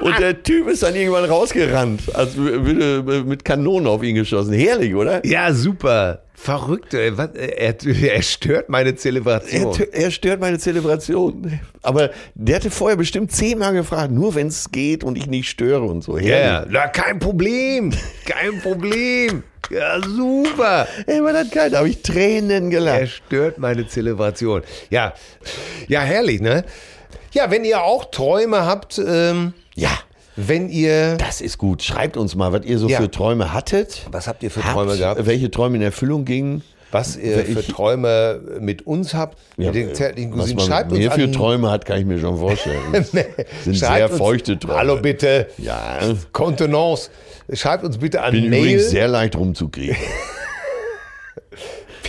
Und der Typ ist dann irgendwann rausgerannt, als wü- würde mit Kanonen auf ihn geschossen. Herrlich, oder?
Ja, super. Verrückt. ey. Was, äh, er, er stört meine
Er,
Zelebration.
tö- er stört meine Zelebration. Aber der hatte vorher bestimmt zehnmal gefragt, nur wenn es geht und ich nicht störe und so.
Ja,
Herrlich.
ja. Na, kein Problem. Kein Problem. Ja, super.
Ey, war das geil, da habe ich Tränen gelacht.
Er stört meine Zelebration. Ja, ja, herrlich, ne? Ja, wenn ihr auch Träume habt, ähm,
Ja.
wenn ihr
Das ist gut. Schreibt uns mal, was ihr so
Ja.
für Träume hattet.
Was habt ihr für
Habt,
Träume gehabt?
Welche Träume in Erfüllung gingen?
was ihr
Ich-
für Träume mit uns habt, mit den
äh,
zärtlichen
was
Cousinen,
man
schreibt uns
mehr für
an.
Träume hat, kann ich mir schon vorstellen. Sind
Schreibt
sehr
uns-
feuchte Träume.
Hallo bitte.
Ja.
Kontenance. Schreibt uns bitte an
Bin
Mail.
übrigens sehr leicht rumzukriegen.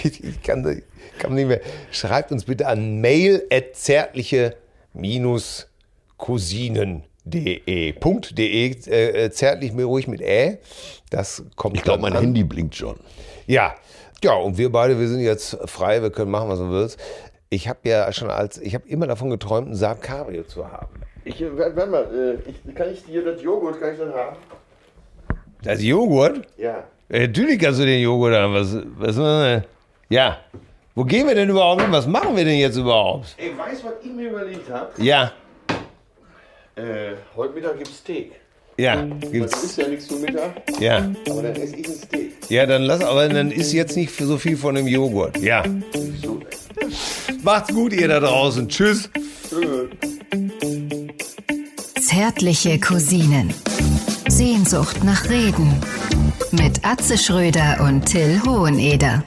ich kann, ich kann nicht mehr. Schreibt uns bitte an mail at zärtliche cousinen.de. Punkt .de, äh, äh, zärtlich mir ruhig mit Ä. Das kommt
Ich glaube, mein
dann an.
Handy blinkt schon.
Ja, ja, und wir beide, wir sind jetzt frei, wir können machen, was du willst. Ich habe ja schon als, ich habe immer davon geträumt, ein Saab Cabrio zu haben.
Ich, äh, warte mal, kann ich dir das Joghurt, kann ich das haben?
Das Joghurt?
Ja.
Äh, Natürlich kannst du den Joghurt haben. Was, was, äh, ja. Wo gehen wir denn überhaupt hin? Was machen wir denn jetzt überhaupt?
Ey, weißt du, was ich mir überlegt habe?
Ja,
heute Mittag gibt's Steak.
ja, gibt's,
ja nichts zu Mittag,
ja.
aber dann esse ich ein Steak.
Ja, dann lass, aber dann ist jetzt nicht so viel von dem Joghurt. Ja. Macht's gut, ihr da draußen. Tschüss.
Äh.
Zärtliche Cousinen. Sehnsucht nach Reden. Mit Atze Schröder und Till Hoheneder.